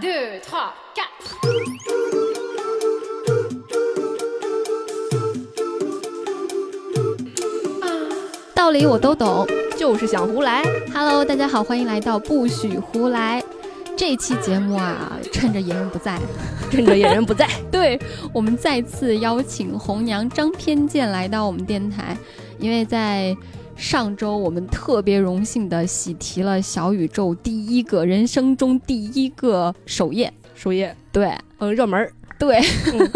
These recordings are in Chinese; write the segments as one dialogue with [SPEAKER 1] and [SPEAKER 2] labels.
[SPEAKER 1] 2, 3, 4.
[SPEAKER 2] 道理我都懂。
[SPEAKER 3] 就是想胡来。
[SPEAKER 2] 嗯 Hello，大家好，欢迎来到不许胡来。这期节目啊，趁着野人不在，
[SPEAKER 3] 趁着野人不在，
[SPEAKER 2] 对我们再次邀请红娘张偏见来到我们电台，因为在上周我们特别荣幸的喜提了小宇宙第一个人生中第一个首页，
[SPEAKER 3] 首页，
[SPEAKER 2] 对，
[SPEAKER 3] 嗯，热门儿，
[SPEAKER 2] 对，
[SPEAKER 3] 嗯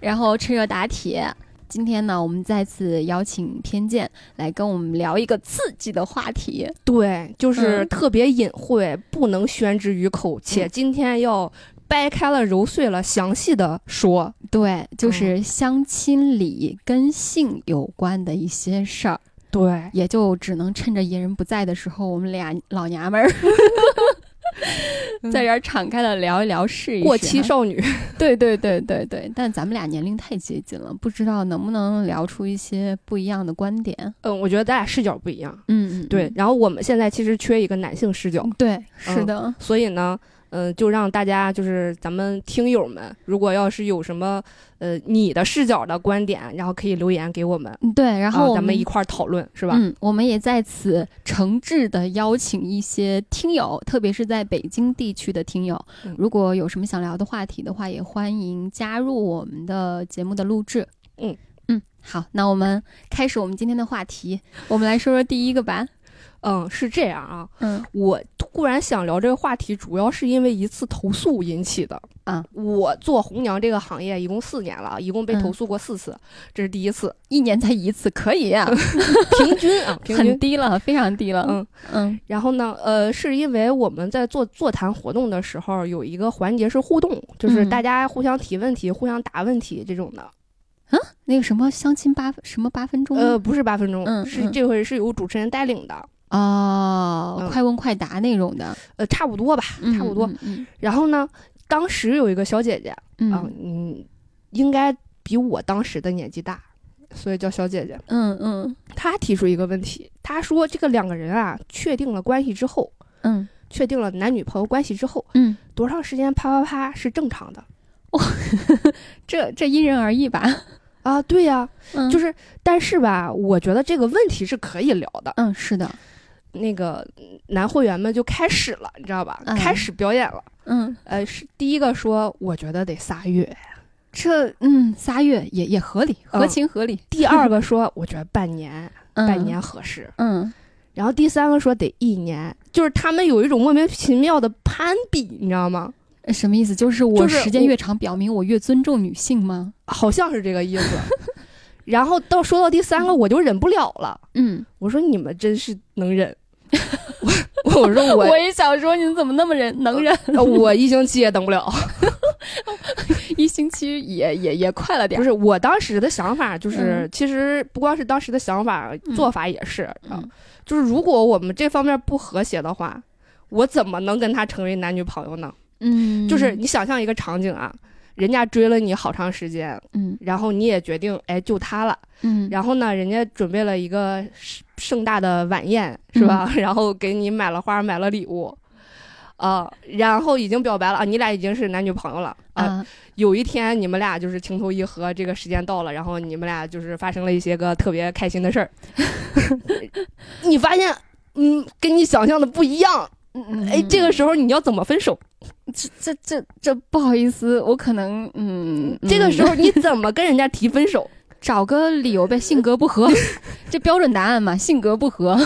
[SPEAKER 2] 然后趁热打铁。今天呢，我们再次邀请偏见来跟我们聊一个刺激的话题。
[SPEAKER 3] 对，就是
[SPEAKER 2] 嗯
[SPEAKER 3] 特别隐晦，不能宣之于口，且今天要掰开了揉碎了详细的说。
[SPEAKER 2] 对，
[SPEAKER 3] 嗯
[SPEAKER 2] 就是相亲里跟性有关的一些事儿，
[SPEAKER 3] 对，
[SPEAKER 2] 也就只能趁着爷人不在的时候，我们俩老娘们儿 在这儿敞开的聊一聊，试一试。
[SPEAKER 3] 嗯过期，少女，
[SPEAKER 2] 对对对对对。但咱们俩年龄太接近了，不知道能不能聊出一些不一样的观点。
[SPEAKER 3] 嗯，我觉得咱俩视角不一样。
[SPEAKER 2] 嗯，嗯
[SPEAKER 3] 对，然后我们现在其实缺一个男性视角，
[SPEAKER 2] 嗯对，是的，
[SPEAKER 3] 所以呢，嗯、就让大家就是咱们听友们，如果要是有什么呃你的视角的观点，然后可以留言给我们，
[SPEAKER 2] 嗯对。然
[SPEAKER 3] 啊
[SPEAKER 2] 后我
[SPEAKER 3] 咱们一块儿讨论，是吧？
[SPEAKER 2] 嗯，我们也在此诚挚的邀请一些听友，特别是在北京地区的听友
[SPEAKER 3] 嗯，
[SPEAKER 2] 如果有什么想聊的话题的话，也欢迎加入我们的节目的录制。
[SPEAKER 3] 嗯
[SPEAKER 2] 嗯，好，那我们开始我们今天的话题，我们来说说第一 个吧。
[SPEAKER 3] 嗯，是这样啊。
[SPEAKER 2] 嗯
[SPEAKER 3] 我突然想聊这个话题，主要是因为一次投诉引起的。
[SPEAKER 2] 啊，
[SPEAKER 3] 我做红娘这个行业一共四年了，一共被
[SPEAKER 2] 嗯
[SPEAKER 3] 投诉过四次，这是第一次，
[SPEAKER 2] 一年才一次，可以、啊，
[SPEAKER 3] 平均 啊，嗯平
[SPEAKER 2] 很
[SPEAKER 3] 均。
[SPEAKER 2] 低了，非常低了。
[SPEAKER 3] 嗯
[SPEAKER 2] 嗯
[SPEAKER 3] 然后呢，呃，是因为我们在做座谈活动的时候，有一个环节是互动，就是
[SPEAKER 2] 嗯
[SPEAKER 3] 大家互相提问题、互相答问题这种的。
[SPEAKER 2] 那个什么相亲八什么八分钟
[SPEAKER 3] 呃，不是八分钟，
[SPEAKER 2] 嗯
[SPEAKER 3] 是
[SPEAKER 2] 嗯
[SPEAKER 3] 这回是由主持人带领的，
[SPEAKER 2] 哦，
[SPEAKER 3] 嗯
[SPEAKER 2] 快问快答那种的，
[SPEAKER 3] 呃，差不多吧，差不多。
[SPEAKER 2] 嗯嗯
[SPEAKER 3] 然后呢，当时有一个小姐姐，
[SPEAKER 2] 嗯
[SPEAKER 3] 啊，嗯，应该比我当时的年纪大，所以叫小姐姐。
[SPEAKER 2] 嗯嗯
[SPEAKER 3] 她提出一个问题，她说这个两个人啊，确定了关系之后，
[SPEAKER 2] 嗯
[SPEAKER 3] 确定了男女朋友关系之后，
[SPEAKER 2] 嗯，
[SPEAKER 3] 多长时间啪啪啪是正常的
[SPEAKER 2] 这这因人而异吧。
[SPEAKER 3] 啊？对呀、
[SPEAKER 2] 嗯
[SPEAKER 3] 就是是，但是吧，我觉得这个问题是可以聊的。
[SPEAKER 2] 嗯，是的，
[SPEAKER 3] 那个男会员们就开始了，你知道吧？
[SPEAKER 2] 嗯
[SPEAKER 3] 开始表演了。
[SPEAKER 2] 嗯，
[SPEAKER 3] 呃，是第一个说，我觉得得仨月；
[SPEAKER 2] 这嗯仨月也也合理，合
[SPEAKER 3] 嗯
[SPEAKER 2] 情合理。
[SPEAKER 3] 第二个说，我觉得半年，
[SPEAKER 2] 嗯
[SPEAKER 3] 半年，合适。
[SPEAKER 2] 嗯
[SPEAKER 3] 然后第三个说得一年，就是他们有一种莫名其妙的攀比，你知道吗？
[SPEAKER 2] 呃什么意思？就是我
[SPEAKER 3] 就是
[SPEAKER 2] 时间
[SPEAKER 3] 我
[SPEAKER 2] 越长，表明我越尊重女性吗？
[SPEAKER 3] 好像是这个意思。 然后到说到第三个，我就忍不了了，
[SPEAKER 2] 嗯，
[SPEAKER 3] 我说你们真是能 忍。我我说
[SPEAKER 2] 我
[SPEAKER 3] 我
[SPEAKER 2] 也想说，你怎么那么忍能忍？
[SPEAKER 3] 呃我一星期也等不了，
[SPEAKER 2] 哎一星期也也也快了点
[SPEAKER 3] 不
[SPEAKER 2] 儿。
[SPEAKER 3] 是我当时的想法就是，
[SPEAKER 2] 嗯
[SPEAKER 3] 其实不光是当时的想法，
[SPEAKER 2] 嗯
[SPEAKER 3] 做法也是、啊
[SPEAKER 2] 嗯，
[SPEAKER 3] 就是如果我们这方面不和谐的话，我怎么能跟他成为男女朋友呢？
[SPEAKER 2] 嗯
[SPEAKER 3] 就是你想象一个场景啊，人家追了你好长时间，
[SPEAKER 2] 嗯
[SPEAKER 3] 然后你也决定哎就他了，
[SPEAKER 2] 嗯，
[SPEAKER 3] 然后呢，人家准备了一个盛盛大的晚宴是吧？ 然后给你买了花，买了礼物，啊、然后已经表白了啊，你俩已经是男女朋友了啊、
[SPEAKER 2] 啊
[SPEAKER 3] 有一天你们俩就是情投意合，这个时间到了，然后你们俩就是发生了一些个特别开心的事儿， 你发现嗯，跟你想象的不一样，哎，这个时候你要怎么分手？
[SPEAKER 2] 这这这这不好意思，我可能嗯，
[SPEAKER 3] 这个
[SPEAKER 2] 嗯
[SPEAKER 3] 时候你怎么跟人家提分手？
[SPEAKER 2] 找个理由呗，性格不 合，这标准答案嘛，性格不合。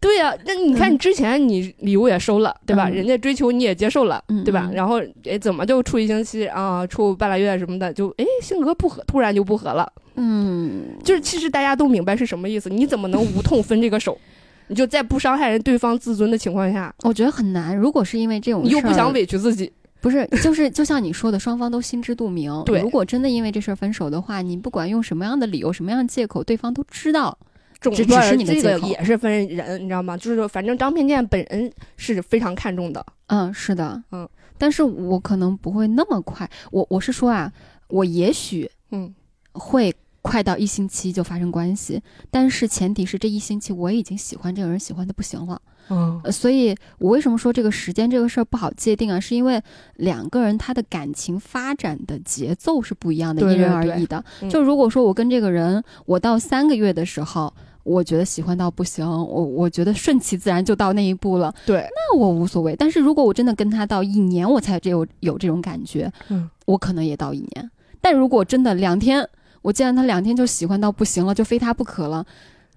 [SPEAKER 3] 对呀、那你看
[SPEAKER 2] 嗯
[SPEAKER 3] 之前你礼物也收了，对吧？
[SPEAKER 2] 嗯
[SPEAKER 3] 人家追求你也接受了，
[SPEAKER 2] 嗯
[SPEAKER 3] 对吧？
[SPEAKER 2] 嗯
[SPEAKER 3] 然后哎，怎么就处一星期啊，处半个月什么的，就哎性格不合，突然就不合了。
[SPEAKER 2] 嗯，
[SPEAKER 3] 就是其实大家都明白是什么意思，你怎么能无痛分这个手？ 你就在不伤害人对方自尊的情况下，
[SPEAKER 2] 我觉得很难。如果是因为这种
[SPEAKER 3] 你又不
[SPEAKER 2] 事儿
[SPEAKER 3] 想委屈自己，
[SPEAKER 2] 不是，就是就像你说的，双方都心知肚明。
[SPEAKER 3] 对
[SPEAKER 2] 如果真的因为这事儿分手的话，你不管用什么样的理由、什么样的借口，对方都知道。
[SPEAKER 3] 总
[SPEAKER 2] 只
[SPEAKER 3] 之
[SPEAKER 2] 是你的
[SPEAKER 3] 这
[SPEAKER 2] 借
[SPEAKER 3] 个
[SPEAKER 2] 口
[SPEAKER 3] 也是分人，你知道吗？就是说反正张片健本人是非常看重的，
[SPEAKER 2] 嗯，是的，
[SPEAKER 3] 嗯。
[SPEAKER 2] 但是我可能不会那么快，我我是说啊，我也许
[SPEAKER 3] 嗯
[SPEAKER 2] 会快到一星期就发生关系，但是前提是这一星期我已经喜欢这个人，喜欢的不行了。
[SPEAKER 3] 嗯
[SPEAKER 2] 呃所以我为什么说这个时间这个事儿不好界定啊？是因为两个人他的感情发展的节奏是不一样的，
[SPEAKER 3] 对
[SPEAKER 2] 因人
[SPEAKER 3] 对
[SPEAKER 2] 而
[SPEAKER 3] 对
[SPEAKER 2] 异的。
[SPEAKER 3] 嗯
[SPEAKER 2] 就如果说我跟这个人，我到三个月的时候。我觉得喜欢到不行，我我觉得顺其自然就到那一步了，
[SPEAKER 3] 对，
[SPEAKER 2] 那我无所谓。但是如果我真的跟他到一年，我才这有有这种感觉，
[SPEAKER 3] 嗯，
[SPEAKER 2] 我可能也到一年。但如果真的两天，我见了他两天就喜欢到不行了，就非他不可了，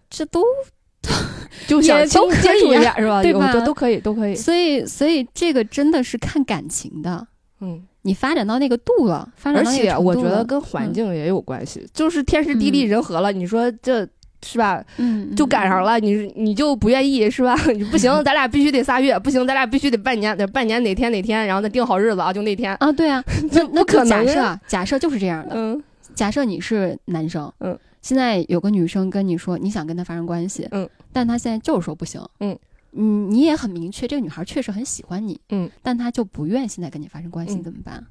[SPEAKER 2] 这都
[SPEAKER 3] 就
[SPEAKER 2] 也
[SPEAKER 3] 想轻
[SPEAKER 2] 都可
[SPEAKER 3] 接触
[SPEAKER 2] 以
[SPEAKER 3] 一
[SPEAKER 2] 啊
[SPEAKER 3] 下是吧？
[SPEAKER 2] 对
[SPEAKER 3] 有
[SPEAKER 2] 吧
[SPEAKER 3] 的都可以，都可以。
[SPEAKER 2] 所以，所以这个真的是看感情的，
[SPEAKER 3] 嗯，
[SPEAKER 2] 你发展到那个度了，发展
[SPEAKER 3] 而
[SPEAKER 2] 到那个
[SPEAKER 3] 且
[SPEAKER 2] 程
[SPEAKER 3] 我
[SPEAKER 2] 度
[SPEAKER 3] 觉得
[SPEAKER 2] 了
[SPEAKER 3] 跟环境也有关系，就是天时地利
[SPEAKER 2] 嗯
[SPEAKER 3] 人和了，你说这是吧？
[SPEAKER 2] 嗯
[SPEAKER 3] 就赶上
[SPEAKER 2] 了，
[SPEAKER 3] 了，你你就不愿意是吧？ 你不行，咱俩必须得仨月，不行，咱俩必须得半年，得半年哪天哪天，然后再定好日子啊，就那天。
[SPEAKER 2] 啊， 对啊，那那
[SPEAKER 3] 不可
[SPEAKER 2] 就假
[SPEAKER 3] 能
[SPEAKER 2] 设
[SPEAKER 3] 啊
[SPEAKER 2] 啊假设就是这样的，
[SPEAKER 3] 嗯
[SPEAKER 2] 假设你是男生，
[SPEAKER 3] 嗯，
[SPEAKER 2] 现在有个女生跟你说你想跟她发生关系，
[SPEAKER 3] 嗯，
[SPEAKER 2] 但她现在就是说不行，
[SPEAKER 3] 嗯
[SPEAKER 2] 嗯，你也很明确，这个女孩确实很喜欢你，
[SPEAKER 3] 嗯，
[SPEAKER 2] 但她就不愿现在跟你发生关系，
[SPEAKER 3] 嗯
[SPEAKER 2] 怎么办？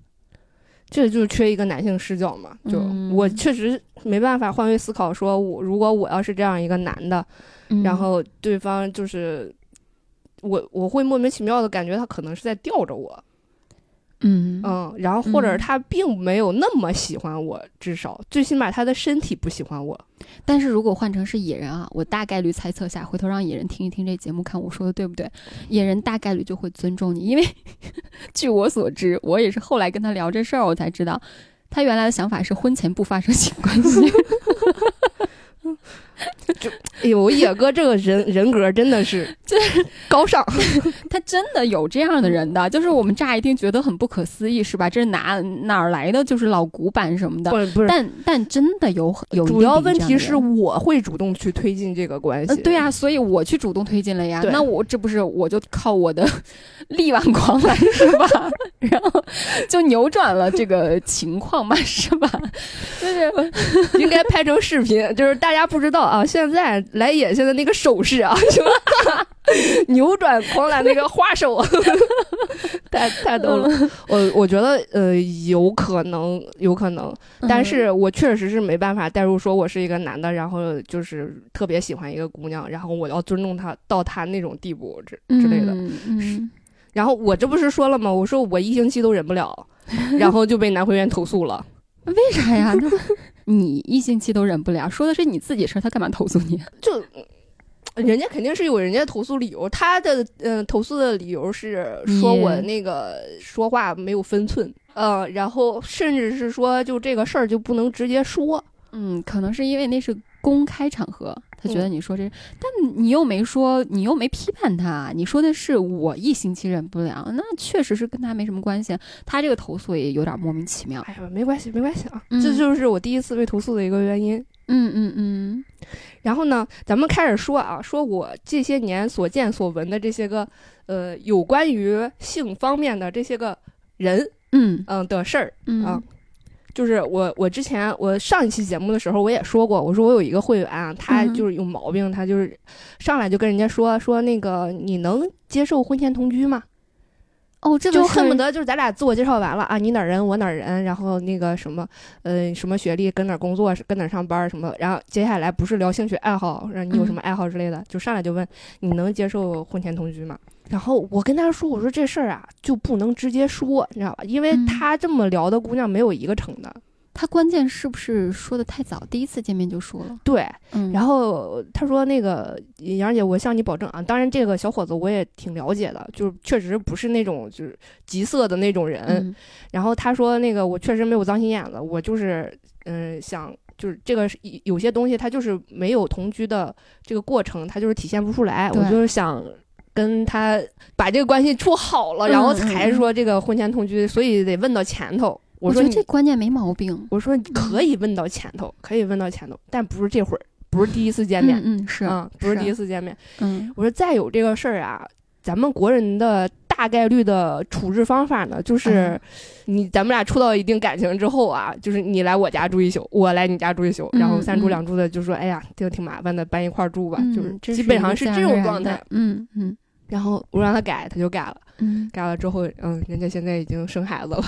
[SPEAKER 3] 这就是缺一个男性视角嘛。就、
[SPEAKER 2] 嗯
[SPEAKER 3] 我确实没办法换位思考，说我如果我要是这样一个男的，然后对方就是我，我会莫名其妙的感觉他可能是在吊着我，
[SPEAKER 2] 嗯，
[SPEAKER 3] 嗯，然后或者是
[SPEAKER 2] 嗯
[SPEAKER 3] 他并没有那么喜欢我，至少最起码他的身体不喜欢我。
[SPEAKER 2] 但是如果换成是野人啊，我大概率猜测下，回头让野人听一听这节目，看我说的对不对。
[SPEAKER 3] 嗯
[SPEAKER 2] 野人大概率就会尊重你，因为 据我所知，我也是后来跟他聊这事儿，我才知道，他原来的想法是婚前不发生性关 系。
[SPEAKER 3] 哎呦，我野哥这个人人格真的是 高尚，
[SPEAKER 2] 他真的有这样的人的，就是我们乍一听觉得很不可思议，是吧？这是哪哪儿来的？就是老古板什么的。
[SPEAKER 3] 不是不是。
[SPEAKER 2] 但但真的有有一
[SPEAKER 3] 主要
[SPEAKER 2] 定比
[SPEAKER 3] 问
[SPEAKER 2] 例这样
[SPEAKER 3] 题
[SPEAKER 2] 的
[SPEAKER 3] 是
[SPEAKER 2] 人
[SPEAKER 3] 我会主动去推进这个关系。
[SPEAKER 2] 呃，对呀、所以我去主动推进了呀。
[SPEAKER 3] 对
[SPEAKER 2] 那我这不是我就靠我的 力挽狂澜是吧？ 然后就扭转了这个情况嘛，是吧？就是
[SPEAKER 3] 应 该拍成视频，就是大家不知道啊，现在来野现在那个手势啊，就 扭转狂澜那个花手，太太逗了。
[SPEAKER 2] 嗯
[SPEAKER 3] 我我觉得呃，有可能，有可能，
[SPEAKER 2] 嗯
[SPEAKER 3] 但是我确实是没办法代入，说我是一个男的，然后就是特别喜欢一个姑娘，然后我要尊重她到她那种地步之之类的。
[SPEAKER 2] 嗯嗯
[SPEAKER 3] 然后我这不是说了吗？我说我一星期都忍不 了，然后就被男会员投诉了。
[SPEAKER 2] 为啥呀？那你一星期都忍不了，说的是你自己事儿，他干嘛投诉你？
[SPEAKER 3] 就人家肯定是有人家投诉理由，他的嗯、呃投诉的理由是说
[SPEAKER 2] 你
[SPEAKER 3] 我那个说话没有分寸，呃，然后甚至是说就这个事儿就不能直接说，
[SPEAKER 2] 嗯，可能是因为那是公开场合，他觉得你说这，但你又没说，你又没批判他，你说的是我一星期忍不了，那确实是跟他没什么关系，啊他这个投诉也有点莫名其妙。
[SPEAKER 3] 哎呀，没关系，没关系啊，
[SPEAKER 2] 嗯
[SPEAKER 3] 这就是我第一次被投诉的一个原因。
[SPEAKER 2] 嗯嗯嗯
[SPEAKER 3] 然后呢，咱们开始说啊，说我这些年所见所闻的这些个，呃，有关于性方面的这些个人，
[SPEAKER 2] 嗯
[SPEAKER 3] 嗯、的事儿，
[SPEAKER 2] 嗯
[SPEAKER 3] 啊就是我，我之前我上一期节目的时候我也说过，我说我有一个会员啊，他
[SPEAKER 2] 嗯
[SPEAKER 3] 就是有毛病，他就是上来就跟人家说说那个你能接受婚前同居吗？
[SPEAKER 2] 哦，这个
[SPEAKER 3] 就
[SPEAKER 2] 事儿
[SPEAKER 3] 恨不得就是咱俩自我介绍完了啊，你哪儿人我哪儿人，然后那个什么，呃，什么学历，跟哪儿工作，跟哪儿上班什么，然后接下来不是聊兴趣爱好，让你有什
[SPEAKER 2] 嗯
[SPEAKER 3] 么爱好之类的，就上来就问你能接受婚前同居吗？然后我跟他说，我说这事儿啊就不能直接说，你知道吧？因为
[SPEAKER 2] 嗯
[SPEAKER 3] 他这么聊的姑娘没有一个成的，
[SPEAKER 2] 他关键是不是说的太早，第一次见面就说了？
[SPEAKER 3] 对。
[SPEAKER 2] 嗯，
[SPEAKER 3] 然后他说：“那个杨姐，我向你保证啊，当然这个小伙子我也挺了解的，就是确实不是那种就是急色的那种人。
[SPEAKER 2] 嗯
[SPEAKER 3] 然后他说：那个我确实没有脏心眼子，我就是嗯、想就是这个是有有些东西他就是没有同居的这个过程，他就是体现不出来。我
[SPEAKER 2] 对
[SPEAKER 3] 就是想跟他把这个关系处好了，然后
[SPEAKER 2] 嗯嗯
[SPEAKER 3] 才
[SPEAKER 2] 嗯
[SPEAKER 3] 说这个婚前同居，所以得问到前头。
[SPEAKER 2] 我
[SPEAKER 3] 我说
[SPEAKER 2] 觉
[SPEAKER 3] 你
[SPEAKER 2] 得这嗯观念没毛病。
[SPEAKER 3] 我说可以问到前头，可以问到前头，但不是这会儿，不是第一次见面
[SPEAKER 2] 嗯。嗯是
[SPEAKER 3] 嗯，不是
[SPEAKER 2] 是
[SPEAKER 3] 第一次见面。
[SPEAKER 2] 嗯
[SPEAKER 3] 我说再有这个事儿啊，咱们国人的大概率的处置方法呢，就是
[SPEAKER 2] 嗯
[SPEAKER 3] 你咱们俩处到一定感情之后啊，就是你来我家住一宿，我来你家住一宿，
[SPEAKER 2] 嗯
[SPEAKER 3] 然后三住
[SPEAKER 2] 嗯
[SPEAKER 3] 两住的就说，哎呀，这个挺麻烦的，搬一块儿住吧，
[SPEAKER 2] 嗯
[SPEAKER 3] 就是
[SPEAKER 2] 这
[SPEAKER 3] 基本
[SPEAKER 2] 一
[SPEAKER 3] 上
[SPEAKER 2] 个
[SPEAKER 3] 是
[SPEAKER 2] 自
[SPEAKER 3] 这
[SPEAKER 2] 然而
[SPEAKER 3] 种
[SPEAKER 2] 然
[SPEAKER 3] 状
[SPEAKER 2] 的
[SPEAKER 3] 态。。
[SPEAKER 2] 嗯嗯
[SPEAKER 3] 然后我让他改，他就改了。
[SPEAKER 2] 嗯，
[SPEAKER 3] 干了之后，嗯，人家现在已经生孩子了，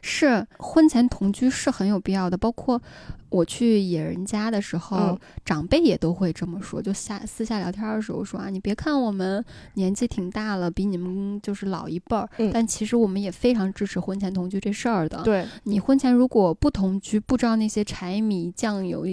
[SPEAKER 2] 是婚前同居是很有必要的，包括我去野人家的时候，
[SPEAKER 3] 嗯
[SPEAKER 2] 长辈也都会这么说，就下私下聊天的时候说啊，你别看我们年纪挺大了，比你们就是老一辈儿，
[SPEAKER 3] 嗯
[SPEAKER 2] 但其实我们也非常支持婚前同居这事儿的。
[SPEAKER 3] 对，
[SPEAKER 2] 你婚前如果不同居，不知道那些柴米酱油、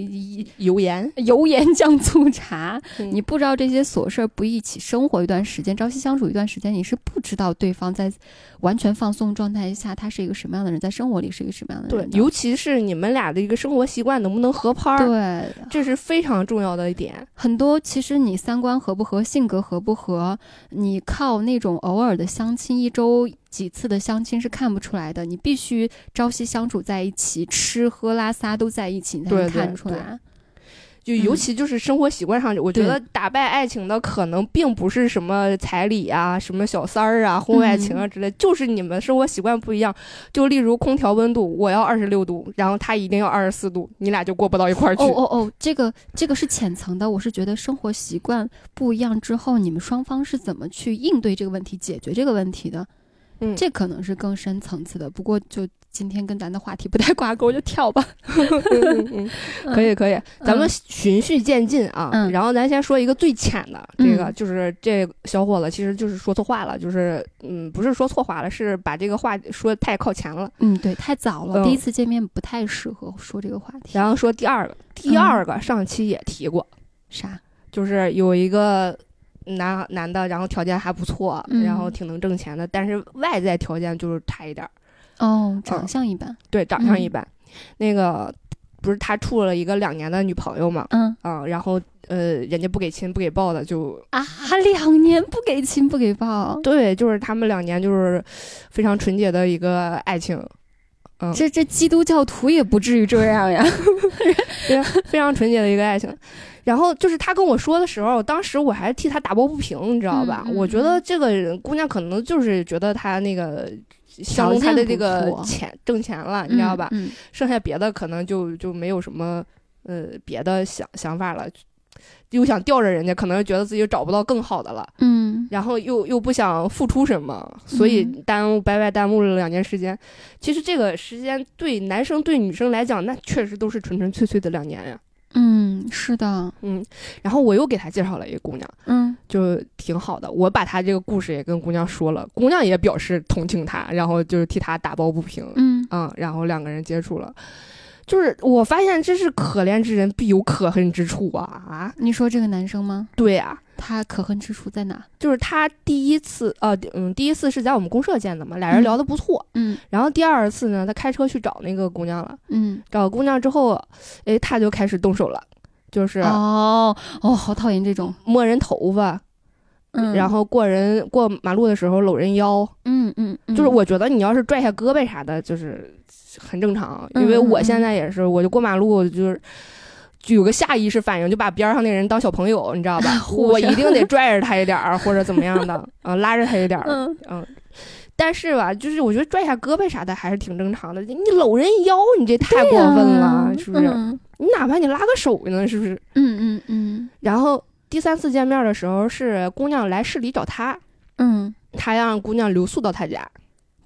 [SPEAKER 3] 油盐，
[SPEAKER 2] 油盐酱醋茶，你
[SPEAKER 3] 你
[SPEAKER 2] 不知道这些琐事儿，不一起生活一段时间，朝夕相处一段时间，你是不知道对方在完全放松状态下，他是一个什么样的人，在生活里是一个什么样的
[SPEAKER 3] 对
[SPEAKER 2] 人，的。
[SPEAKER 3] 尤其是你们俩的一个生活习惯能不能合拍儿，
[SPEAKER 2] 对
[SPEAKER 3] 这是非常重要的一点。
[SPEAKER 2] 很多，其实你三观合不合，性格合不合，你靠那种偶尔的相亲，一周几次的相亲是看不出来的。你必须朝夕相处在一起，吃喝拉撒都在一起，你才能
[SPEAKER 3] 对对
[SPEAKER 2] 看出来。
[SPEAKER 3] 就尤
[SPEAKER 2] 嗯
[SPEAKER 3] 其就是生活习惯上，我觉
[SPEAKER 2] 对
[SPEAKER 3] 得打败爱情的可能并不是什么彩礼啊、什么小三儿啊、婚
[SPEAKER 2] 嗯
[SPEAKER 3] 外情啊之类，就是你们生活习惯不一样。就例如空调温度，我要二十六度，然后他一定要二十四度，你俩就过不到一块儿去。
[SPEAKER 2] 哦哦哦，这个这个是浅层的，我是觉得生活习惯不一样之后，你们双方是怎么去应对这个问题、解决这个问题的，
[SPEAKER 3] 嗯
[SPEAKER 2] 这可能是更深层次的。不过就今天跟咱的话题不太挂钩，就跳吧。
[SPEAKER 3] 嗯嗯嗯可以可以，咱们循序渐进啊。
[SPEAKER 2] 嗯
[SPEAKER 3] 然后咱先说一个最浅的，
[SPEAKER 2] 嗯
[SPEAKER 3] 这个就是这小伙子其实就是说错话了，就是嗯，不是说错话了，是把这个话说得太靠前了。
[SPEAKER 2] 嗯，对，太早了，
[SPEAKER 3] 嗯
[SPEAKER 2] 第一次见面不太适合说这个话题。
[SPEAKER 3] 然后说第二个，
[SPEAKER 2] 嗯
[SPEAKER 3] 第二个上期也提过，
[SPEAKER 2] 啥？
[SPEAKER 3] 就是有一个男男的，然后条件还不错，
[SPEAKER 2] 嗯
[SPEAKER 3] 然后挺能挣钱的，但是外在条件就是差一点儿，
[SPEAKER 2] 哦，
[SPEAKER 3] 嗯
[SPEAKER 2] 长相一般。
[SPEAKER 3] 对，长相
[SPEAKER 2] 嗯
[SPEAKER 3] 一般。那个不是他处了一个两年的女朋友嘛？
[SPEAKER 2] 嗯
[SPEAKER 3] 啊、然后呃，人家不给亲不给抱的就
[SPEAKER 2] 啊，两年不给亲不给抱，
[SPEAKER 3] 对，就是他们两年就是非常纯洁的一个爱情，嗯
[SPEAKER 2] 这这基督教徒也不至于这样呀。
[SPEAKER 3] 非常非常纯洁的一个爱情。然后就是他跟我说的时候，当时我还替他打抱不平，你知道吧？
[SPEAKER 2] 嗯嗯
[SPEAKER 3] 我觉得这个人姑娘可能就是觉得他那个相
[SPEAKER 2] 条
[SPEAKER 3] 中他的
[SPEAKER 2] 件
[SPEAKER 3] 这
[SPEAKER 2] 不
[SPEAKER 3] 个
[SPEAKER 2] 错
[SPEAKER 3] 钱挣钱了，你知道吧？
[SPEAKER 2] 嗯？嗯
[SPEAKER 3] 剩下别的可能就就没有什么呃别的想想法了，又想吊着人家，可能觉得自己找不到更好的了。
[SPEAKER 2] 嗯
[SPEAKER 3] 然后又又不想付出什么，所以
[SPEAKER 2] 嗯
[SPEAKER 3] 耽误白白耽误了两年时间。其实这个时间对男生对女生来讲，那确实都是纯纯粹粹的两年呀、
[SPEAKER 2] 嗯，是的，
[SPEAKER 3] 嗯，然后我又给他介绍了一个姑娘，
[SPEAKER 2] 嗯。
[SPEAKER 3] 就挺好的。我把他这个故事也跟姑娘说了，姑娘也表示同情他，然后就是替他打抱不平。
[SPEAKER 2] 嗯
[SPEAKER 3] 嗯，然后两个人接触了，就是我发现这是可怜之人必有可恨之处啊啊，！
[SPEAKER 2] 你说这个男生吗？
[SPEAKER 3] 对啊，
[SPEAKER 2] 他可恨之处在哪？
[SPEAKER 3] 就是他第一次，呃，嗯，第一次是在我们公社见的嘛，俩人聊得不错。
[SPEAKER 2] 嗯
[SPEAKER 3] 然后第二次呢，他开车去找那个姑娘了，
[SPEAKER 2] 嗯，
[SPEAKER 3] 找姑娘之后，哎，他就开始动手了，就是
[SPEAKER 2] 哦哦，好讨厌这种。
[SPEAKER 3] 摸人头发，
[SPEAKER 2] 嗯，
[SPEAKER 3] 然后过人过马路的时候搂人腰，
[SPEAKER 2] 嗯嗯，嗯
[SPEAKER 3] 就是我觉得你要是拽下胳膊啥的，就是很正常，因为
[SPEAKER 2] 嗯嗯
[SPEAKER 3] 我
[SPEAKER 2] 嗯？
[SPEAKER 3] 现在也是，我就过马路就是。就有个下意识反应，就把边上那人当小朋友，你知道吧
[SPEAKER 2] 啊护
[SPEAKER 3] 我
[SPEAKER 2] 着
[SPEAKER 3] 一定得拽着他一点儿，或者怎么样的， 啊、拉着他一点儿，
[SPEAKER 2] 嗯
[SPEAKER 3] 但是吧，就是我觉得拽下胳膊啥的还是挺正常的。你搂人腰，你这太过
[SPEAKER 2] 对啊
[SPEAKER 3] 分了，是不是？
[SPEAKER 2] 嗯
[SPEAKER 3] 你哪怕你拉个手呢，是不是？
[SPEAKER 2] 嗯嗯
[SPEAKER 3] 然后第三次见面的时候是姑娘来市里找他，
[SPEAKER 2] 嗯，
[SPEAKER 3] 他让姑娘留宿到他家。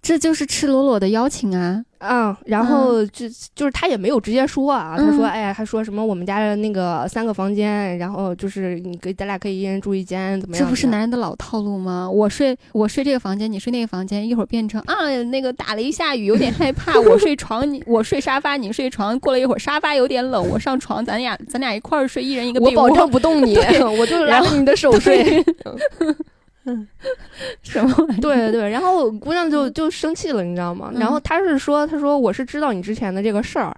[SPEAKER 2] 这就是赤裸裸的邀请啊。
[SPEAKER 3] 嗯，然后就、就是他也没有直接说啊，他说，
[SPEAKER 2] 嗯
[SPEAKER 3] 哎呀，他说什么我们家的那个三个房间，然后就是你可以咱俩可以一人住一间，怎么样
[SPEAKER 2] 这
[SPEAKER 3] 的？
[SPEAKER 2] 不是男人的老套路吗？我睡我睡这个房间，你睡那个房间，一会儿变成啊那个打雷下雨有点害怕，我睡床你我睡沙发你睡床，过了一会儿沙发有点冷，我上床，咱俩咱俩一块儿睡，一人一个
[SPEAKER 3] 我
[SPEAKER 2] 被窝。
[SPEAKER 3] 保证不 动你，我就拉
[SPEAKER 2] 然
[SPEAKER 3] 着你的 手睡。
[SPEAKER 2] 哦对，什么玩意儿？
[SPEAKER 3] 对对，然后姑娘就就生气了，你知道吗？然后
[SPEAKER 2] 嗯
[SPEAKER 3] 她是说，她说我是知道你之前的这个事儿，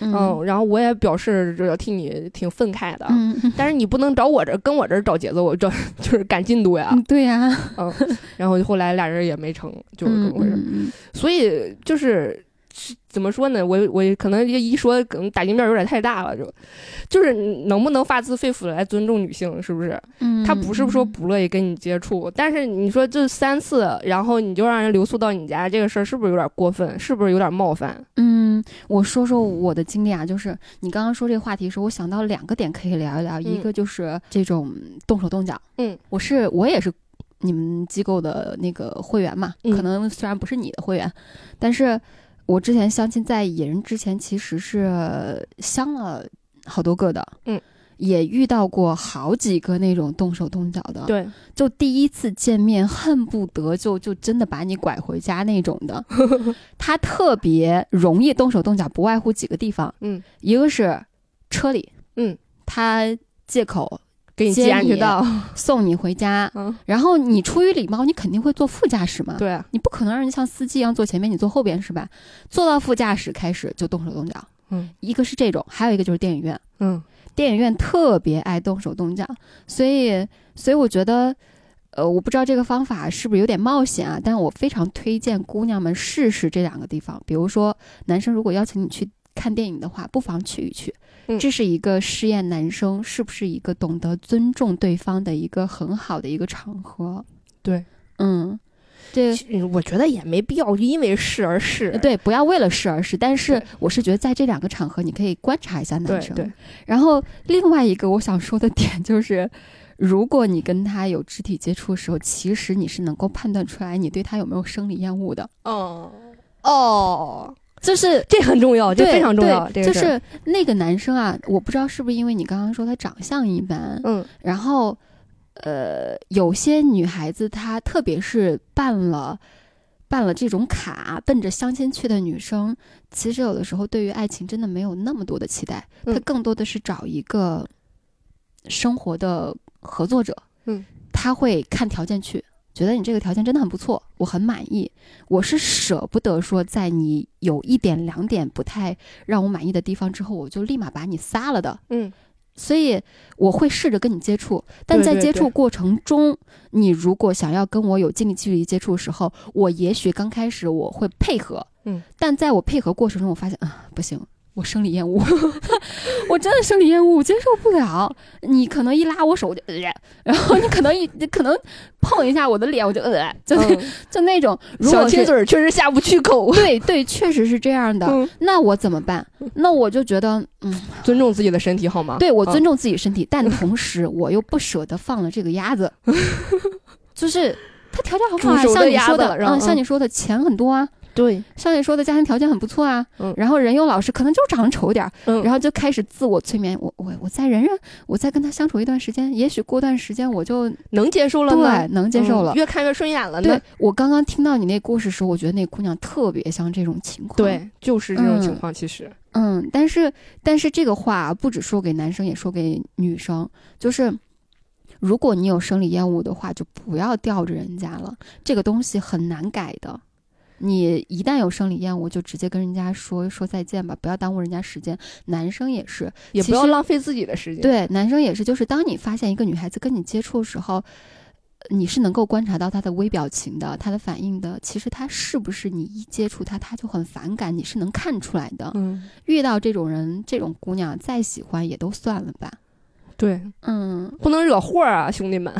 [SPEAKER 2] 嗯
[SPEAKER 3] 嗯，然后我也表示这个替你挺愤慨的，
[SPEAKER 2] 嗯
[SPEAKER 3] 但是你不能找我这儿跟我这儿找节 奏，我这就是赶进度呀。
[SPEAKER 2] 嗯，对呀、
[SPEAKER 3] 然后后来俩人也没成，就是这么回事。
[SPEAKER 2] 嗯嗯
[SPEAKER 3] 所以就是是怎么说呢？我我可能这一说，可能打击面有点太大了，就就是你能不能发自肺腑的来尊重女性，是不是？
[SPEAKER 2] 嗯，
[SPEAKER 3] 他不是说
[SPEAKER 2] 嗯
[SPEAKER 3] 不乐意跟你接触，但是你说这三次，然后你就让人留宿到你家，这个事儿是不是有点过分？是不是有点冒犯？
[SPEAKER 2] 嗯，我说说我的经历啊，就是你刚刚说这个话题的时候，我想到两个点可以聊一聊，一
[SPEAKER 3] 嗯
[SPEAKER 2] 个就是这种动手动脚，
[SPEAKER 3] 嗯，
[SPEAKER 2] 我是我也是你们机构的那个会员嘛，
[SPEAKER 3] 嗯
[SPEAKER 2] 可能虽然不是你的会员，但是我之前相亲在野人之前其实是相了好多个的，
[SPEAKER 3] 嗯，
[SPEAKER 2] 也遇到过好几个那种动手动脚的，
[SPEAKER 3] 对，
[SPEAKER 2] 就第一次见面恨不得就就真的把你拐回家那种 的。他特别容易动手动脚，不外乎几个地方，
[SPEAKER 3] 嗯，
[SPEAKER 2] 一个是车里，
[SPEAKER 3] 嗯，
[SPEAKER 2] 他借口
[SPEAKER 3] 给你
[SPEAKER 2] 接
[SPEAKER 3] 系安全
[SPEAKER 2] 你
[SPEAKER 3] 带，
[SPEAKER 2] 送你回家，
[SPEAKER 3] 嗯，
[SPEAKER 2] 然后你出于礼貌，你肯定会坐副驾驶嘛，
[SPEAKER 3] 对啊，
[SPEAKER 2] 你不可能让人像司机一样坐前面，你坐后边是吧？坐到副驾驶开始就动手动脚，
[SPEAKER 3] 嗯
[SPEAKER 2] 一个是这种，还有一个就是电影院，
[SPEAKER 3] 嗯，
[SPEAKER 2] 电影院特别爱动手动脚，所以所以我觉得，呃，我不知道这个方法是不是有点冒险啊，但我非常推荐姑娘们试试这两个地方。比如说，男生如果邀请你去看电影的话，不妨去一去
[SPEAKER 3] 嗯，
[SPEAKER 2] 这是一个试验男生是不是一个懂得尊重对方的一个很好的一个场合。
[SPEAKER 3] 对，
[SPEAKER 2] 嗯，这。
[SPEAKER 3] 其实我觉得也没必要因为是而是，哎
[SPEAKER 2] 呃对，不要为了试而试，但是
[SPEAKER 3] 对
[SPEAKER 2] 我是觉得在这两个场合，你可以观察一下男
[SPEAKER 3] 对
[SPEAKER 2] 生。
[SPEAKER 3] 对，
[SPEAKER 2] 然后另外一个我想说的点 就是，如果你跟他有肢体接触的时候，其实你是能够判断出来你对他有没有生理厌恶的，
[SPEAKER 3] 哦哦，
[SPEAKER 2] 就是。
[SPEAKER 3] 这很重要，这
[SPEAKER 2] 对
[SPEAKER 3] 非常重要，
[SPEAKER 2] 对
[SPEAKER 3] 这个
[SPEAKER 2] 就
[SPEAKER 3] 事儿
[SPEAKER 2] 是那个男生啊，我不知道是不是因为你刚刚说他长相一般，
[SPEAKER 3] 嗯
[SPEAKER 2] 然后，呃，有些女孩子她特别是办了办了这种卡，奔着相亲去的女生，其实有的时候对于爱情真的没有那么多的期待，她
[SPEAKER 3] 嗯
[SPEAKER 2] 更多的是找一个生活的合作者。
[SPEAKER 3] 嗯，
[SPEAKER 2] 她会看条件去。觉得你这个条件真的很不错，我很满意。我是舍不得说，在你有一点两点不太让我满意的地方之后，我就立马把你撒了的。
[SPEAKER 3] 嗯
[SPEAKER 2] 所以我会试着跟你接触，但在
[SPEAKER 3] 对
[SPEAKER 2] 接触
[SPEAKER 3] 对
[SPEAKER 2] 过程中，你如果想要跟我有近距离接触的时候，我也许刚开始我会配合，
[SPEAKER 3] 嗯，
[SPEAKER 2] 但在我配合过程中，我发现啊，不行。我生理厌恶， 我真的生理厌恶，我接受不了。你可能一拉我手，我就呃，然后你可能一你可能碰一下我的脸，我就呃，就、
[SPEAKER 3] 嗯，
[SPEAKER 2] 就那种。如
[SPEAKER 3] 小
[SPEAKER 2] 果
[SPEAKER 3] 亲
[SPEAKER 2] 是
[SPEAKER 3] 嘴儿确实下不去 口，啊
[SPEAKER 2] 对对，确实是这样的。
[SPEAKER 3] 嗯
[SPEAKER 2] 那我怎么办？那我就觉得，嗯，
[SPEAKER 3] 尊重自己的身体好吗？
[SPEAKER 2] 对我
[SPEAKER 3] 嗯
[SPEAKER 2] 尊重自己身体，但 同时我又不舍得放了这个鸭子，就是他条件很好啊，
[SPEAKER 3] 煮熟的
[SPEAKER 2] 像你
[SPEAKER 3] 鸭
[SPEAKER 2] 说
[SPEAKER 3] 子
[SPEAKER 2] 的
[SPEAKER 3] 了，然后
[SPEAKER 2] 嗯，像
[SPEAKER 3] 嗯
[SPEAKER 2] 你说的钱很多啊，
[SPEAKER 3] 对，
[SPEAKER 2] 像你说的家庭条件很不错啊，
[SPEAKER 3] 嗯
[SPEAKER 2] 然后人又老实，可能就长得丑一点儿，
[SPEAKER 3] 嗯
[SPEAKER 2] 然后就开始自我催眠，我我我再忍忍，我再跟他相处一段时间，也许过段时间我就
[SPEAKER 3] 能接受了呢
[SPEAKER 2] 对，能接受
[SPEAKER 3] 嗯
[SPEAKER 2] 了。
[SPEAKER 3] 越看越顺眼了
[SPEAKER 2] 对
[SPEAKER 3] 呢。嗯
[SPEAKER 2] 我刚刚听到你那故事时候，我觉得那姑娘特别像这种情况。，
[SPEAKER 3] 对，就是这种情
[SPEAKER 2] 嗯
[SPEAKER 3] 况，其实，
[SPEAKER 2] 嗯，但是但是这个话不只说给男生，也说给女生，就是如果你有生理厌恶的话，就不要吊着人家了，这个东西很难改的。你一旦有生理厌恶，就直接跟人家说说再见吧，不要耽误人家时间。男生也是，
[SPEAKER 3] 也
[SPEAKER 2] 其
[SPEAKER 3] 不要
[SPEAKER 2] 实
[SPEAKER 3] 浪费自己的时间。，
[SPEAKER 2] 对，男生也是，就是当你发现一个女孩子跟你接触的时候，你是能够观察到她的微表情的，她的反应的。其实她是不是你一接触她，她就很反感，你是能看出来的。
[SPEAKER 3] 嗯，
[SPEAKER 2] 遇到这种人，这种姑娘再喜欢也都算了吧。
[SPEAKER 3] 对，
[SPEAKER 2] 嗯，
[SPEAKER 3] 不能惹祸儿啊，兄弟 们。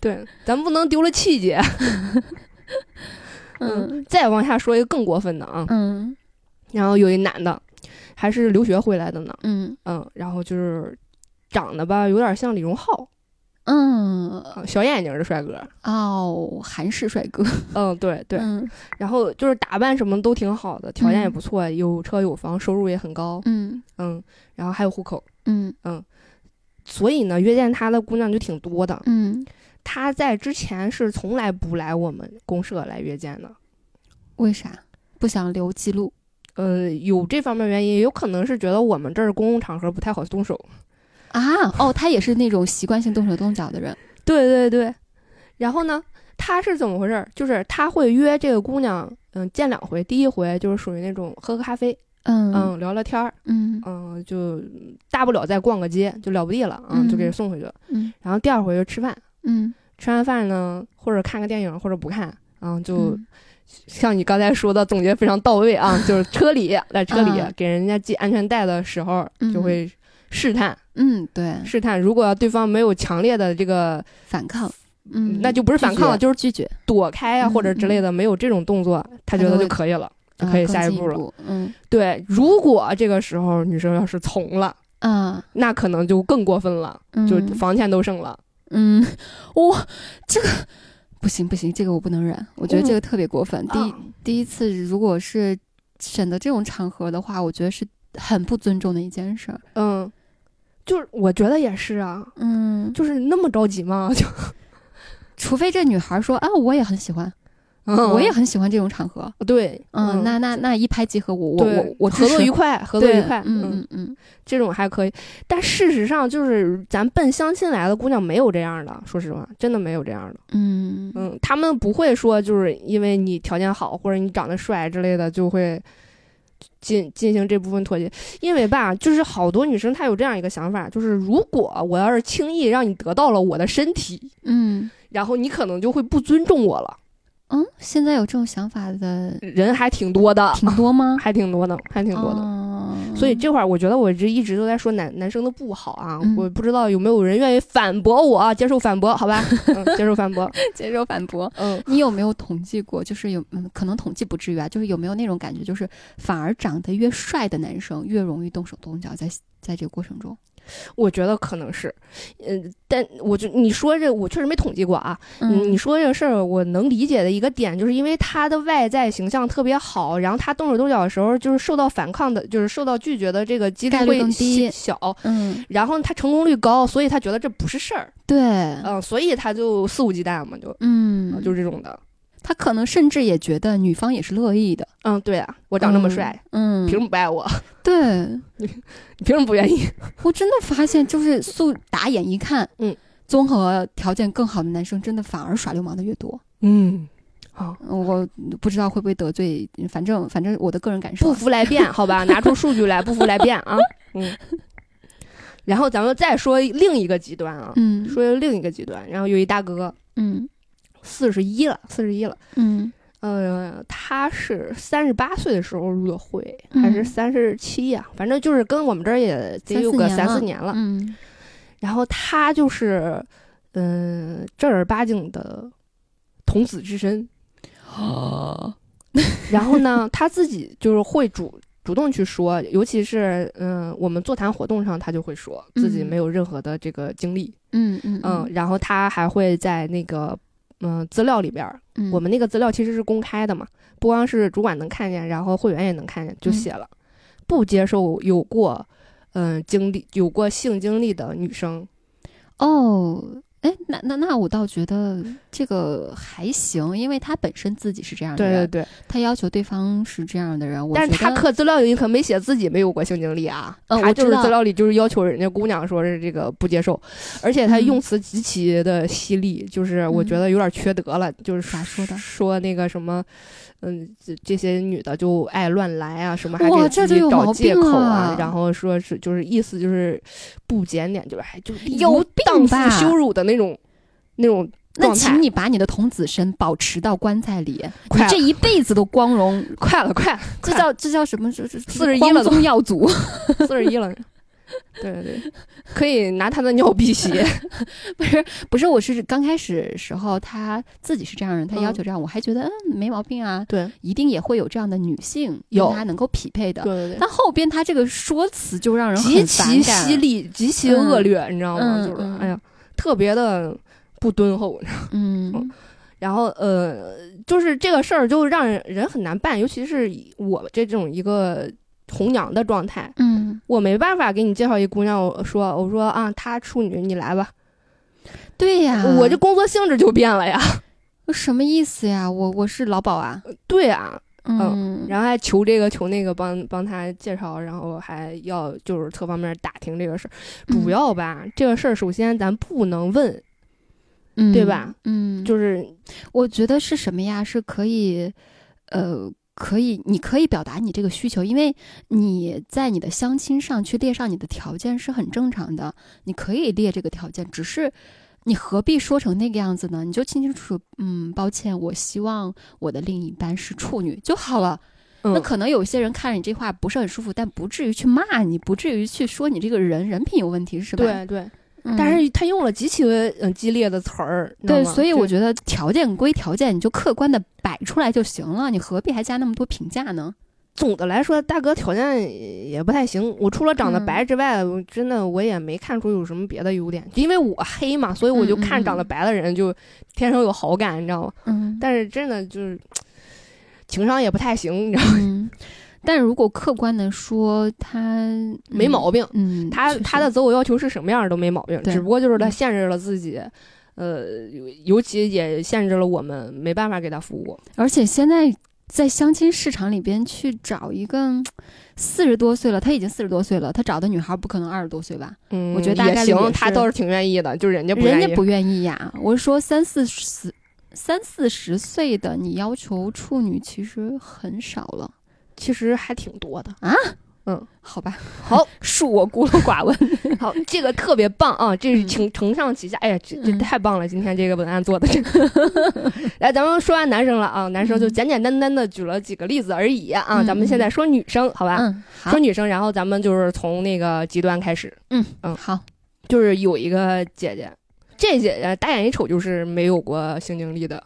[SPEAKER 3] 对，咱不能丢了气节。
[SPEAKER 2] 嗯
[SPEAKER 3] 再往下说一个更过分的啊，
[SPEAKER 2] 嗯
[SPEAKER 3] 然后有一男的，还是留学回来的呢，
[SPEAKER 2] 嗯
[SPEAKER 3] 嗯，然后就是长得吧，有点像李荣浩，
[SPEAKER 2] 嗯，
[SPEAKER 3] 嗯小眼睛的帅哥，
[SPEAKER 2] 哦，韩式帅哥，
[SPEAKER 3] 嗯，对对，
[SPEAKER 2] 嗯
[SPEAKER 3] 然后就是打扮什么都挺好的，条件也
[SPEAKER 2] 嗯
[SPEAKER 3] 不错，有车有房，收入也很高，
[SPEAKER 2] 嗯
[SPEAKER 3] 嗯，然后还有户口，
[SPEAKER 2] 嗯
[SPEAKER 3] 所以呢，约见他的姑娘就挺多的。
[SPEAKER 2] 嗯，
[SPEAKER 3] 他在之前是从来不来我们公社来约见的，
[SPEAKER 2] 为啥不想留记录？
[SPEAKER 3] 呃，有这方面原因，也有可能是觉得我们这儿公共场合不太好动手。
[SPEAKER 2] 啊，哦，他也是那种习惯性动手动脚的人。
[SPEAKER 3] 对对对，然后呢，他是怎么回事儿？就是他会约这个姑娘，嗯，见两回，第一回就是属于那种喝个咖啡，
[SPEAKER 2] 嗯
[SPEAKER 3] 嗯，聊聊天儿，
[SPEAKER 2] 嗯
[SPEAKER 3] 嗯，就大不了再逛个街，就了不地了，嗯，就给
[SPEAKER 2] 嗯
[SPEAKER 3] 人送回去了。
[SPEAKER 2] 嗯
[SPEAKER 3] 然后第二回就吃饭，
[SPEAKER 2] 嗯，
[SPEAKER 3] 吃完饭呢，或者看个电影，或者不看，嗯，就
[SPEAKER 2] 嗯
[SPEAKER 3] 像你刚才说的，总结非常到位啊，就是车里在车里
[SPEAKER 2] 嗯
[SPEAKER 3] 给人家系安全带的时候，
[SPEAKER 2] 嗯
[SPEAKER 3] 就会试探
[SPEAKER 2] 嗯，对，
[SPEAKER 3] 试探，如果对方没有强烈的这个，
[SPEAKER 2] 反抗，嗯，
[SPEAKER 3] 那就不是反抗了，
[SPEAKER 2] 拒绝
[SPEAKER 3] 就是
[SPEAKER 2] 拒绝，
[SPEAKER 3] 躲开啊
[SPEAKER 2] 嗯
[SPEAKER 3] 或者之类的，没有这种动作，他觉得就可以了。就可以
[SPEAKER 2] 啊
[SPEAKER 3] 下
[SPEAKER 2] 更
[SPEAKER 3] 一
[SPEAKER 2] 进
[SPEAKER 3] 步
[SPEAKER 2] 一
[SPEAKER 3] 了
[SPEAKER 2] 步。嗯
[SPEAKER 3] 对，如果这个时候女生要是从了，
[SPEAKER 2] 啊，
[SPEAKER 3] 那可能就更过分了，就
[SPEAKER 2] 嗯
[SPEAKER 3] 房钱都剩了，
[SPEAKER 2] 嗯，我这个不行不行，这个我不能忍，我觉得这个特别过分。第一、
[SPEAKER 3] 啊
[SPEAKER 2] 第一次如果是选择这种场合的话，我觉得是很不尊重的一件事儿。
[SPEAKER 3] 嗯，就是我觉得也是啊，
[SPEAKER 2] 嗯，
[SPEAKER 3] 就是那么着急吗？ 就、
[SPEAKER 2] 除非这女孩说啊，我也很喜欢，
[SPEAKER 3] 嗯
[SPEAKER 2] 我也很喜欢这种场合。
[SPEAKER 3] 对，
[SPEAKER 2] 嗯，那那那一拍即合，我我
[SPEAKER 3] 对
[SPEAKER 2] 我我
[SPEAKER 3] 合作愉
[SPEAKER 2] 快，
[SPEAKER 3] 快，合作
[SPEAKER 2] 对
[SPEAKER 3] 愉快，
[SPEAKER 2] 嗯嗯嗯，
[SPEAKER 3] 这种还可以，但事实上就是咱奔相亲来的姑娘没有这样的，说实话，真的没有这样的。
[SPEAKER 2] 嗯，
[SPEAKER 3] 嗯，他们不会说就是因为你条件好或者你长得帅之类的就会进进行这部分妥协，因为吧，就是好多女生她有这样一个想法，就是如果我要是轻易让你得到了我的身体，
[SPEAKER 2] 嗯
[SPEAKER 3] 然后你可能就会不尊重我了。
[SPEAKER 2] 嗯，现在有这种想法的
[SPEAKER 3] 人还挺多的，
[SPEAKER 2] 挺多吗？
[SPEAKER 3] 还挺多的，还 挺多的。
[SPEAKER 2] 哦
[SPEAKER 3] 所以这块儿，我觉得我这一直都在说男男生的不好啊，
[SPEAKER 2] 嗯
[SPEAKER 3] 我不知道有没有人愿意反驳我啊，接受反驳， 好吧，嗯、接受反驳，
[SPEAKER 2] 接受反驳。
[SPEAKER 3] 嗯，
[SPEAKER 2] 你有没有统计过？就是有，嗯，可能统计不至于啊，就是有没有那种感觉，就是反而长得越帅的男生越容易动手动脚在，在这个过程中，
[SPEAKER 3] 我觉得可能是，嗯，但我就你说这，我确实没统计过啊，
[SPEAKER 2] 嗯
[SPEAKER 3] 你你说这个事儿，我能理解的一个点，就是因为他的外在形象特别好，然后他动手动脚的时候，就是受到反抗的，就是受到拒绝的这个几率
[SPEAKER 2] 概率
[SPEAKER 3] 会
[SPEAKER 2] 更低
[SPEAKER 3] 小，
[SPEAKER 2] 嗯，
[SPEAKER 3] 然后他成功率高，所以他觉得这不是事儿，
[SPEAKER 2] 对，
[SPEAKER 3] 嗯，所以他就肆无忌惮嘛，就
[SPEAKER 2] 嗯，
[SPEAKER 3] 就是这种的，
[SPEAKER 2] 他可能甚至也觉得女方也是乐意的，
[SPEAKER 3] 嗯，对啊，我长这么帅。
[SPEAKER 2] 嗯，
[SPEAKER 3] 凭什
[SPEAKER 2] 嗯，
[SPEAKER 3] 么不爱我？
[SPEAKER 2] 对
[SPEAKER 3] 你凭什么不愿意？
[SPEAKER 2] 我真的发现，就是素打眼一看，
[SPEAKER 3] 嗯，
[SPEAKER 2] 综合条件更好的男生，真的反而耍流氓的越多。
[SPEAKER 3] 嗯，好，
[SPEAKER 2] 我不知道会不会得罪，反正反正我的个人感受
[SPEAKER 3] 不
[SPEAKER 2] 啊，
[SPEAKER 3] 服来辩，好吧，拿出数据来，不服来辩 啊。嗯，然后咱们再说另一个极端啊，
[SPEAKER 2] 嗯
[SPEAKER 3] 说另一个极端。然后有一大哥，
[SPEAKER 2] 嗯
[SPEAKER 3] 四十一了，四十一了，
[SPEAKER 2] 嗯
[SPEAKER 3] 呃，他是三十八岁的时候入的会，
[SPEAKER 2] 嗯
[SPEAKER 3] 还是三十七呀？反正就是跟我们这儿也得有个三
[SPEAKER 2] 三
[SPEAKER 3] 四
[SPEAKER 2] 四
[SPEAKER 3] 年了。
[SPEAKER 2] 嗯，
[SPEAKER 3] 然后他就是，嗯、正儿八经的童子之身，
[SPEAKER 2] 哦，
[SPEAKER 3] 然后呢，他自己就是会主主动去说，尤其是嗯、我们座谈活动上，他就会说自己
[SPEAKER 2] 嗯
[SPEAKER 3] 没有任何的这个经历，
[SPEAKER 2] 嗯嗯
[SPEAKER 3] 嗯，然后他还会在那个嗯、资料里边儿，
[SPEAKER 2] 嗯
[SPEAKER 3] 我们那个资料其实是公开的嘛，不光是主管能看见，然后会员也能看见，就
[SPEAKER 2] 嗯
[SPEAKER 3] 写了、不接受有过嗯、经历有过性经历的女生，
[SPEAKER 2] 哦，哎，那那那我倒觉得这个还行，因为他本身自己是这样的
[SPEAKER 3] 对
[SPEAKER 2] 人，
[SPEAKER 3] 对对，
[SPEAKER 2] 他要求对方是这样的人，我
[SPEAKER 3] 但是
[SPEAKER 2] 觉
[SPEAKER 3] 他
[SPEAKER 2] 得
[SPEAKER 3] 课资料里可没写自己没有过性经历啊，
[SPEAKER 2] 嗯
[SPEAKER 3] 他
[SPEAKER 2] 我
[SPEAKER 3] 就是
[SPEAKER 2] 知道
[SPEAKER 3] 资料里就是要求人家姑娘说是这个不接受，而且他
[SPEAKER 2] 嗯
[SPEAKER 3] 用词极其的犀利，就是我
[SPEAKER 2] 嗯
[SPEAKER 3] 觉得有点缺德了，就是
[SPEAKER 2] 咋说的
[SPEAKER 3] 说那个什么，嗯，这这些女的就爱乱来啊，什么还
[SPEAKER 2] 哇
[SPEAKER 3] 给
[SPEAKER 2] 这
[SPEAKER 3] 自
[SPEAKER 2] 就
[SPEAKER 3] 己
[SPEAKER 2] 有
[SPEAKER 3] 找
[SPEAKER 2] 毛
[SPEAKER 3] 借
[SPEAKER 2] 病
[SPEAKER 3] 口啊
[SPEAKER 2] 啊，
[SPEAKER 3] 然后说是就是意思就是不检点，就是哎还就
[SPEAKER 2] 有
[SPEAKER 3] 如
[SPEAKER 2] 病
[SPEAKER 3] 荡妇
[SPEAKER 2] 吧
[SPEAKER 3] 羞辱的那种那种
[SPEAKER 2] 那
[SPEAKER 3] 状态
[SPEAKER 2] 请你把你的童子身保持到棺材里，你
[SPEAKER 3] 快了
[SPEAKER 2] 这一辈子都光荣，
[SPEAKER 3] 快了 快了，
[SPEAKER 2] 这叫这叫什么？这这
[SPEAKER 3] 41
[SPEAKER 2] 光
[SPEAKER 3] 了都
[SPEAKER 2] 宗耀祖，
[SPEAKER 3] 四 十一了。对对，可以拿他的尿辟 邪，
[SPEAKER 2] 不是不是，我是刚开始时候他自己是这样人，他
[SPEAKER 3] 嗯
[SPEAKER 2] 要求这样，我还觉得嗯没毛病啊，
[SPEAKER 3] 对
[SPEAKER 2] 一定也会有这样的女性
[SPEAKER 3] 有
[SPEAKER 2] 跟他能够匹配的
[SPEAKER 3] 对，对对，
[SPEAKER 2] 但后边他这个说辞就让人
[SPEAKER 3] 极
[SPEAKER 2] 很反
[SPEAKER 3] 其
[SPEAKER 2] 感
[SPEAKER 3] 犀，利，极其恶劣，你知道吗？
[SPEAKER 2] 嗯
[SPEAKER 3] 就是、
[SPEAKER 2] 嗯
[SPEAKER 3] 哎呀，特别的不敦厚。哦
[SPEAKER 2] 嗯
[SPEAKER 3] 然后呃，就是这个事儿就让人人很难办，尤其是以我这种一个。红娘的状态，
[SPEAKER 2] 嗯，
[SPEAKER 3] 我没办法给你介绍一姑娘。我说，我说啊，她处女，你来吧。
[SPEAKER 2] 对呀，
[SPEAKER 3] 我这工作性质就变了 呀。
[SPEAKER 2] 我什么意思呀？我我是劳保啊，
[SPEAKER 3] 对啊，
[SPEAKER 2] 嗯，
[SPEAKER 3] 然后还求这个求那个帮帮她介绍，然后还要就是各方面打听这个事儿。主要吧，这个事儿首先咱不能问，
[SPEAKER 2] 嗯
[SPEAKER 3] 对吧？
[SPEAKER 2] 嗯，
[SPEAKER 3] 就是
[SPEAKER 2] 我觉得是什么呀？是可以，呃。可以，你可以表达你这个需求，因为你在你的相亲上去列上你的条件是很正常的，你可以列这个条件，只是你何必说成那个样子呢？你就清清楚楚，嗯，抱歉，我希望我的另一半是处女就好了。那
[SPEAKER 3] 嗯
[SPEAKER 2] 可能有些人看着你这话不是很舒服，但不至于去骂你，不至于去说你这个人人品有问题，是吧？
[SPEAKER 3] 对对，
[SPEAKER 2] 嗯，
[SPEAKER 3] 但是他用了极其嗯激烈的词儿，你知道
[SPEAKER 2] 对，
[SPEAKER 3] 吗
[SPEAKER 2] 所以我
[SPEAKER 3] 就
[SPEAKER 2] 觉得条件归条件，你就客观的摆出来就行了，你何必还加那么多评价呢？
[SPEAKER 3] 总的来说，大哥条件也不太行。我除了长得
[SPEAKER 2] 嗯
[SPEAKER 3] 白之外，我真的我也没看出有什么别的优点。因为我黑嘛，所以我就
[SPEAKER 2] 嗯嗯
[SPEAKER 3] 看长得
[SPEAKER 2] 嗯
[SPEAKER 3] 白的人就天生有好感，你知道吗？
[SPEAKER 2] 嗯，
[SPEAKER 3] 但是真的就是情商也不太行，你知道吗？
[SPEAKER 2] 嗯， 但如果客观的说，他
[SPEAKER 3] 没毛病。
[SPEAKER 2] 嗯，嗯，
[SPEAKER 3] 他
[SPEAKER 2] 确实
[SPEAKER 3] 他的择偶要求是什么样都没毛病，
[SPEAKER 2] 对
[SPEAKER 3] 只不过就是他
[SPEAKER 2] 嗯
[SPEAKER 3] 限制了自己，呃，尤尤其也限制了我们没办法给他服务。
[SPEAKER 2] 而且现在在相亲市场里边去找一个四十多岁了，他已经四十多岁了，他找的女孩不可能二十多岁吧？
[SPEAKER 3] 嗯
[SPEAKER 2] 我觉得大概率也
[SPEAKER 3] 行，他
[SPEAKER 2] 是
[SPEAKER 3] 倒是挺愿意的，就是人家不
[SPEAKER 2] 人
[SPEAKER 3] 愿
[SPEAKER 2] 家
[SPEAKER 3] 意。
[SPEAKER 2] 不愿意呀。我说三四十、三四十岁的，你要求处女其实很少了，
[SPEAKER 3] 其实还挺多的。
[SPEAKER 2] 好吧？
[SPEAKER 3] 好，
[SPEAKER 2] 恕我孤陋寡闻。
[SPEAKER 3] 好，这个特别棒啊！这是
[SPEAKER 2] 嗯
[SPEAKER 3] 承承上启下，哎呀，这这
[SPEAKER 2] 嗯
[SPEAKER 3] 太棒了！今天这个文案做的，这个 来，咱们说完男生了啊，男生就
[SPEAKER 2] 嗯
[SPEAKER 3] 简简单单的举了几个例子而已啊，
[SPEAKER 2] 嗯
[SPEAKER 3] 咱们现在说女生，好吧？
[SPEAKER 2] 嗯，好
[SPEAKER 3] 说，女生，然后咱们就是从那个极端开始，嗯
[SPEAKER 2] 好，
[SPEAKER 3] 就是有一个姐姐，这姐姐大眼一瞅就是没有过性经历的，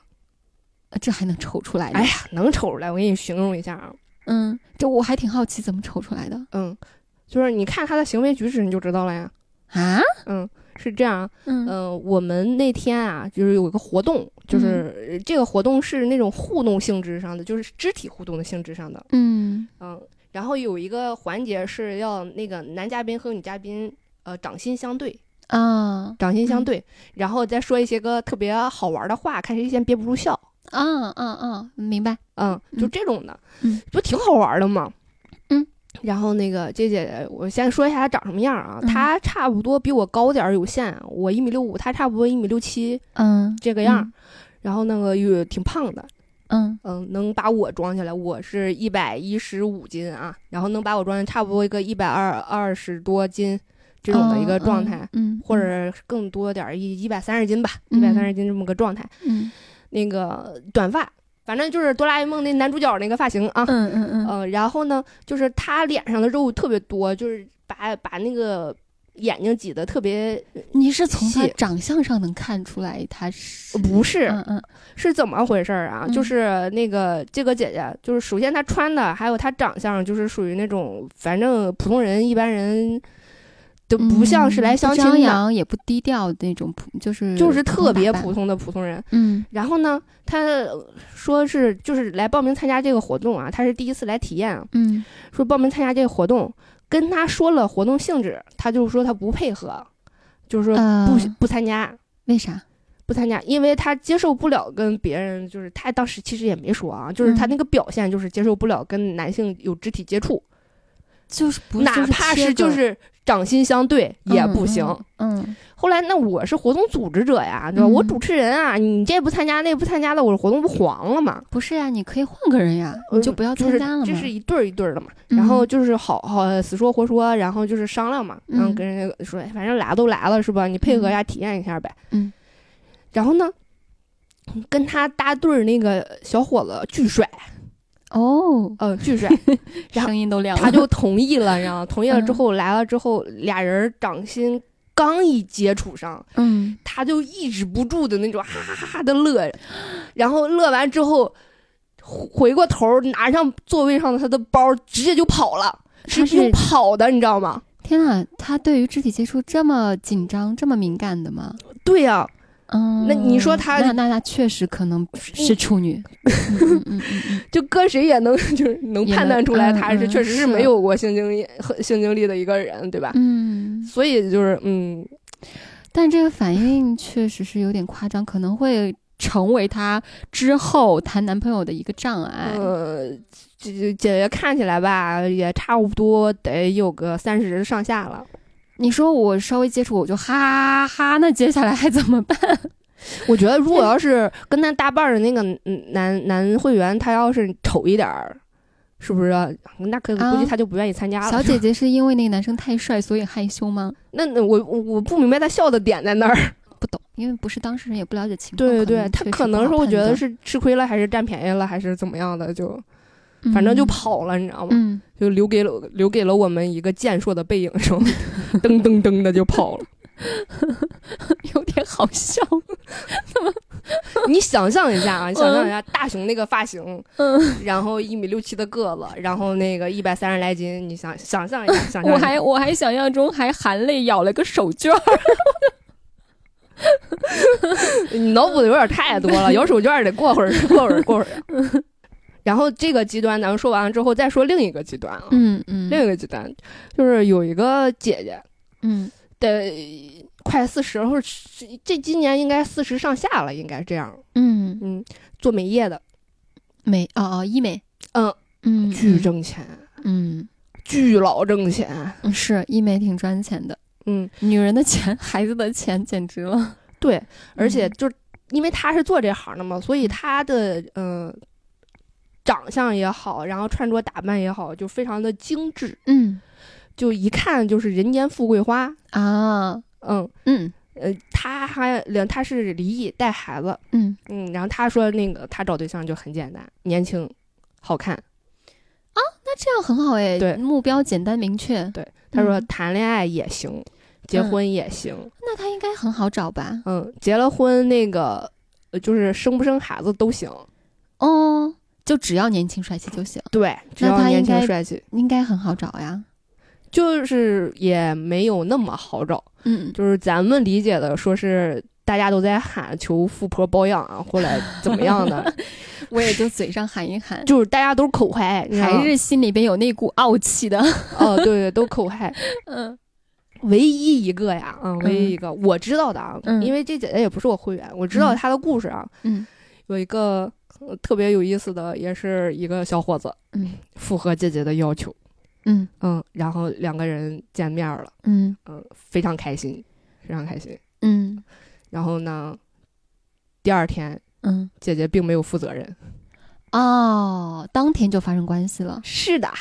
[SPEAKER 2] 这还能瞅出来呢？
[SPEAKER 3] 哎呀，能瞅出来，我给你形容一下啊，
[SPEAKER 2] 嗯，这我还挺好奇怎么瞅出来的
[SPEAKER 3] 嗯，就是你看她的行为举止你就知道了呀，
[SPEAKER 2] 啊？
[SPEAKER 3] 嗯，是这样啊，
[SPEAKER 2] 嗯
[SPEAKER 3] 嗯、我们那天啊，就是有一个活动，就是这个活动是那种互动性质上的，就是肢体互动的性质上的，
[SPEAKER 2] 嗯
[SPEAKER 3] 嗯，然后有一个环节是要那个男嘉宾和女嘉宾呃掌心相对，
[SPEAKER 2] 啊
[SPEAKER 3] 掌心相
[SPEAKER 2] 嗯
[SPEAKER 3] 对，然后再说一些个特别好玩的话，看谁先憋不住笑，
[SPEAKER 2] 啊啊啊！明白。
[SPEAKER 3] 嗯，就
[SPEAKER 2] 嗯
[SPEAKER 3] 这种的，
[SPEAKER 2] 嗯
[SPEAKER 3] 不挺好玩的吗？
[SPEAKER 2] 嗯。
[SPEAKER 3] 然后那个这姐姐，我先说一下她长什么样啊？
[SPEAKER 2] 嗯
[SPEAKER 3] 她差不多比我高点儿有限，我一米六五，她差不多一米六七
[SPEAKER 2] 嗯，
[SPEAKER 3] 这个样儿。然后那个又挺胖的，
[SPEAKER 2] 嗯
[SPEAKER 3] 嗯，能把我装起来，我是一百一十五斤啊，然后能把我装差不多一个一百二二十多斤这种的一个状态，，
[SPEAKER 2] 嗯，嗯
[SPEAKER 3] 或者更多点儿一一百三十斤吧，一
[SPEAKER 2] 嗯
[SPEAKER 3] 百三十斤这么个状态。
[SPEAKER 2] 嗯
[SPEAKER 3] 那个短发，反正就是哆啦 A 梦那男主角那个发型啊，
[SPEAKER 2] 嗯嗯嗯
[SPEAKER 3] 嗯，然后呢，就是他脸上的肉特别多，就是把把那个眼睛挤得特别，
[SPEAKER 2] 嗯，你是从他
[SPEAKER 3] 细
[SPEAKER 2] 长相上能看出来他是
[SPEAKER 3] 不是、
[SPEAKER 2] 嗯嗯
[SPEAKER 3] 是怎么回事儿啊？
[SPEAKER 2] 嗯
[SPEAKER 3] 就是那个这个姐姐，就是首先她穿的，还有她长相，就是属于那种反正普通人一般人都不像是来
[SPEAKER 2] 嗯
[SPEAKER 3] 相
[SPEAKER 2] 不张
[SPEAKER 3] 亲的，
[SPEAKER 2] 扬也不低调那种普，就是
[SPEAKER 3] 就是特别
[SPEAKER 2] 普通
[SPEAKER 3] 普通的普通人。
[SPEAKER 2] 打扮，嗯
[SPEAKER 3] 然后呢，她说是就是来报名参加这个活动啊，她是第一次来体验啊，
[SPEAKER 2] 嗯
[SPEAKER 3] 说报名参加这个活动，跟他说了活动性质，他就说他不配合，就是说
[SPEAKER 2] 呃
[SPEAKER 3] 不、不参加，
[SPEAKER 2] 为啥？
[SPEAKER 3] 不参加，因为他接受不了跟别人，就是他当时其实也没说啊，就是他
[SPEAKER 2] 嗯
[SPEAKER 3] 那个表现就是接受不了跟男性有肢体接触，
[SPEAKER 2] 就是不
[SPEAKER 3] 哪怕是就是掌心相对也不行。，
[SPEAKER 2] 嗯嗯
[SPEAKER 3] 后来那我是活动组织者呀，对吧？
[SPEAKER 2] 嗯
[SPEAKER 3] 我主持人啊，你这不参加那不参加的，我的活动不黄了吗？
[SPEAKER 2] 不是呀，你可以换个人呀，你就不要
[SPEAKER 3] 呃嗯就是
[SPEAKER 2] 参加了
[SPEAKER 3] 这
[SPEAKER 2] 嘛
[SPEAKER 3] 是。一对儿一对儿的嘛。
[SPEAKER 2] 嗯
[SPEAKER 3] 然后就是好好死说活说，然后就是商量嘛，
[SPEAKER 2] 嗯
[SPEAKER 3] 然后跟人家说，哎反正来都来了是吧？你配合一下，体验一下呗。
[SPEAKER 2] 嗯。
[SPEAKER 3] 然后呢，跟他搭对儿那个小伙子巨帅，
[SPEAKER 2] 哦，
[SPEAKER 3] 呃，巨 帅，然后
[SPEAKER 2] 声音都亮了，
[SPEAKER 3] 他就同意了，然后同意了之
[SPEAKER 2] 嗯
[SPEAKER 3] 后来了之后，俩人掌心刚一接触上，
[SPEAKER 2] 嗯
[SPEAKER 3] 他就抑制不住的那种哈哈哈哈的乐，然后乐完之后回回过头儿拿上座位上的他的包，直接就跑了，
[SPEAKER 2] 他是
[SPEAKER 3] 用跑的，你知道吗？
[SPEAKER 2] 天呐，他对于肢体接触这么紧张、这么敏感的吗？
[SPEAKER 3] 对呀、
[SPEAKER 2] 嗯，
[SPEAKER 3] 那你说他嗯
[SPEAKER 2] 那那他确实可能是处女，嗯 嗯嗯
[SPEAKER 3] 就搁谁也能就是能
[SPEAKER 2] 也
[SPEAKER 3] 判断
[SPEAKER 2] 能
[SPEAKER 3] 出来，
[SPEAKER 2] 嗯
[SPEAKER 3] 他是
[SPEAKER 2] 嗯
[SPEAKER 3] 确实是
[SPEAKER 2] 是
[SPEAKER 3] 没有过性经历和性经历的一个人，对吧？
[SPEAKER 2] 嗯，嗯
[SPEAKER 3] 所以就是嗯，
[SPEAKER 2] 但这个反应确实是有点夸张，可能会成为他之后谈男朋友的一个障碍。
[SPEAKER 3] 呃，
[SPEAKER 2] 哎
[SPEAKER 3] 这这姐姐看起来吧，也差不多得有个三十上下了。
[SPEAKER 2] 你说我稍微接触我就哈哈哈，那接下来还怎么办？
[SPEAKER 3] 我觉得如果要是跟他搭伴儿的那个嗯男男会员，他要是丑一点儿，是不是？那可
[SPEAKER 2] 啊
[SPEAKER 3] 估计他就不愿意参加了。
[SPEAKER 2] 小姐姐是因为那个男生太帅所以害羞吗？
[SPEAKER 3] 那那我我我不明白他笑的点在哪儿。嗯
[SPEAKER 2] 不懂，因为不是当事人，也不了解情况。
[SPEAKER 3] 对对对，
[SPEAKER 2] 他
[SPEAKER 3] 他可能是我觉得，是吃亏了，还是占便宜了，还是怎么样的，就反正就。跑了，你知道吗？
[SPEAKER 2] 嗯，
[SPEAKER 3] 就留给了留给了我们一个健硕的背 影，然后噔噔噔的就跑了。
[SPEAKER 2] 有点好笑，怎么
[SPEAKER 3] 你想象一下啊，你想象一下大熊那个发型，
[SPEAKER 2] 嗯，
[SPEAKER 3] 然后一米六七的个子，然后那个一百三十来斤，你想想象一 下，想象
[SPEAKER 2] 我
[SPEAKER 3] 一下，
[SPEAKER 2] 还我还想象中还含泪咬了个手绢儿，
[SPEAKER 3] 你脑补的有点太多了，摇手绢儿得过会儿， 过会儿，过会儿。 然后这个极端咱们说完了之后，再说另一个极端啊，
[SPEAKER 2] 嗯嗯
[SPEAKER 3] 另一个极端就是有一个姐姐
[SPEAKER 2] 嗯
[SPEAKER 3] 得快四十，或者是这今年应该四十上下了，应该这样，
[SPEAKER 2] 嗯，
[SPEAKER 3] 嗯，做美业的，
[SPEAKER 2] 美哦哦医美，
[SPEAKER 3] 嗯
[SPEAKER 2] 嗯，
[SPEAKER 3] 巨挣钱，
[SPEAKER 2] 嗯，
[SPEAKER 3] 巨老挣钱，
[SPEAKER 2] 嗯是医美挺赚钱的，
[SPEAKER 3] 嗯，
[SPEAKER 2] 女人的钱， 孩子的钱，简直了，
[SPEAKER 3] 对，而且
[SPEAKER 2] 嗯
[SPEAKER 3] 就是因为他是做这行的嘛，所以他的嗯、呃长相也好，然后穿着打扮也好，就非常的精致，
[SPEAKER 2] 嗯
[SPEAKER 3] 就一看就是人间富贵花。
[SPEAKER 2] 啊，
[SPEAKER 3] 嗯，
[SPEAKER 2] 嗯
[SPEAKER 3] 呃，他还他是离异带孩子，
[SPEAKER 2] 嗯
[SPEAKER 3] 嗯，然后他说那个他找对象就很简单，年轻，好看。
[SPEAKER 2] 那这样很好哎，
[SPEAKER 3] 对
[SPEAKER 2] 目标简单明确，
[SPEAKER 3] 对，他说
[SPEAKER 2] 嗯
[SPEAKER 3] 谈恋爱也行，结
[SPEAKER 2] 嗯
[SPEAKER 3] 婚也行，
[SPEAKER 2] 那他应该很好找吧？
[SPEAKER 3] 嗯结了婚那个呃就是生不生孩子都行。
[SPEAKER 2] 哦，就只要年轻帅气就行，
[SPEAKER 3] 对，只
[SPEAKER 2] 那
[SPEAKER 3] 要
[SPEAKER 2] 他
[SPEAKER 3] 年
[SPEAKER 2] 应
[SPEAKER 3] 轻
[SPEAKER 2] 该
[SPEAKER 3] 帅气。
[SPEAKER 2] 应该很好找呀，
[SPEAKER 3] 就是也没有那么好找，
[SPEAKER 2] 嗯，
[SPEAKER 3] 就是咱们理解的，说是大家都在喊求富婆包养啊，或者怎么样 的，
[SPEAKER 2] 我也就嘴上喊一喊。
[SPEAKER 3] 就是大家都是口嗨，你知道吗
[SPEAKER 2] 还是心里边有那股傲气的，
[SPEAKER 3] 哦，对对，都口嗨。
[SPEAKER 2] 嗯
[SPEAKER 3] 唯一一个呀，嗯，唯一一个我知道的啊，
[SPEAKER 2] 嗯
[SPEAKER 3] 因为这姐姐也不是我会员，我知道
[SPEAKER 2] 嗯
[SPEAKER 3] 她的故事啊，
[SPEAKER 2] 嗯
[SPEAKER 3] 有一个、呃特别有意思的，也是一个小伙子
[SPEAKER 2] 嗯
[SPEAKER 3] 符合姐姐的要求，
[SPEAKER 2] 嗯
[SPEAKER 3] 嗯，然后两个人见面了，
[SPEAKER 2] 嗯
[SPEAKER 3] 嗯，非常开心，非常开心。
[SPEAKER 2] 嗯
[SPEAKER 3] 然后呢，第二天
[SPEAKER 2] 嗯，
[SPEAKER 3] 姐姐并没有负责任。
[SPEAKER 2] 哦，当天就发生关系了。
[SPEAKER 3] 是的，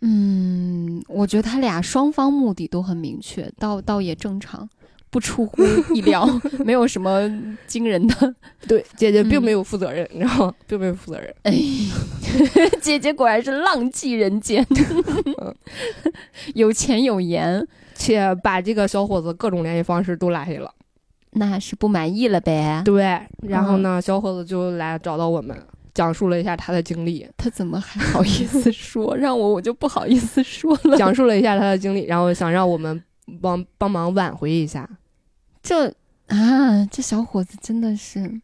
[SPEAKER 2] 嗯，我觉得他俩双方目的都很明确，倒倒也正常，不出乎意 料，没有什么惊人 的。
[SPEAKER 3] 对，姐姐并
[SPEAKER 2] 嗯
[SPEAKER 3] 没有负责任，你知道吗？并没有负责任。
[SPEAKER 2] 哎，姐姐果然是浪迹人间， 有钱有颜，
[SPEAKER 3] 且把这个小伙子各种联系方式都拉黑了。
[SPEAKER 2] 那是不满意了呗？
[SPEAKER 3] 对，然后呢，小伙子就来找到我们，讲述了一下他的经历，
[SPEAKER 2] 他怎么还好意思说？ 让我我就不好意思说了。
[SPEAKER 3] 讲述了一下他的经历，然后想让我们帮帮忙挽回一下。
[SPEAKER 2] 这啊，这小伙子真的是，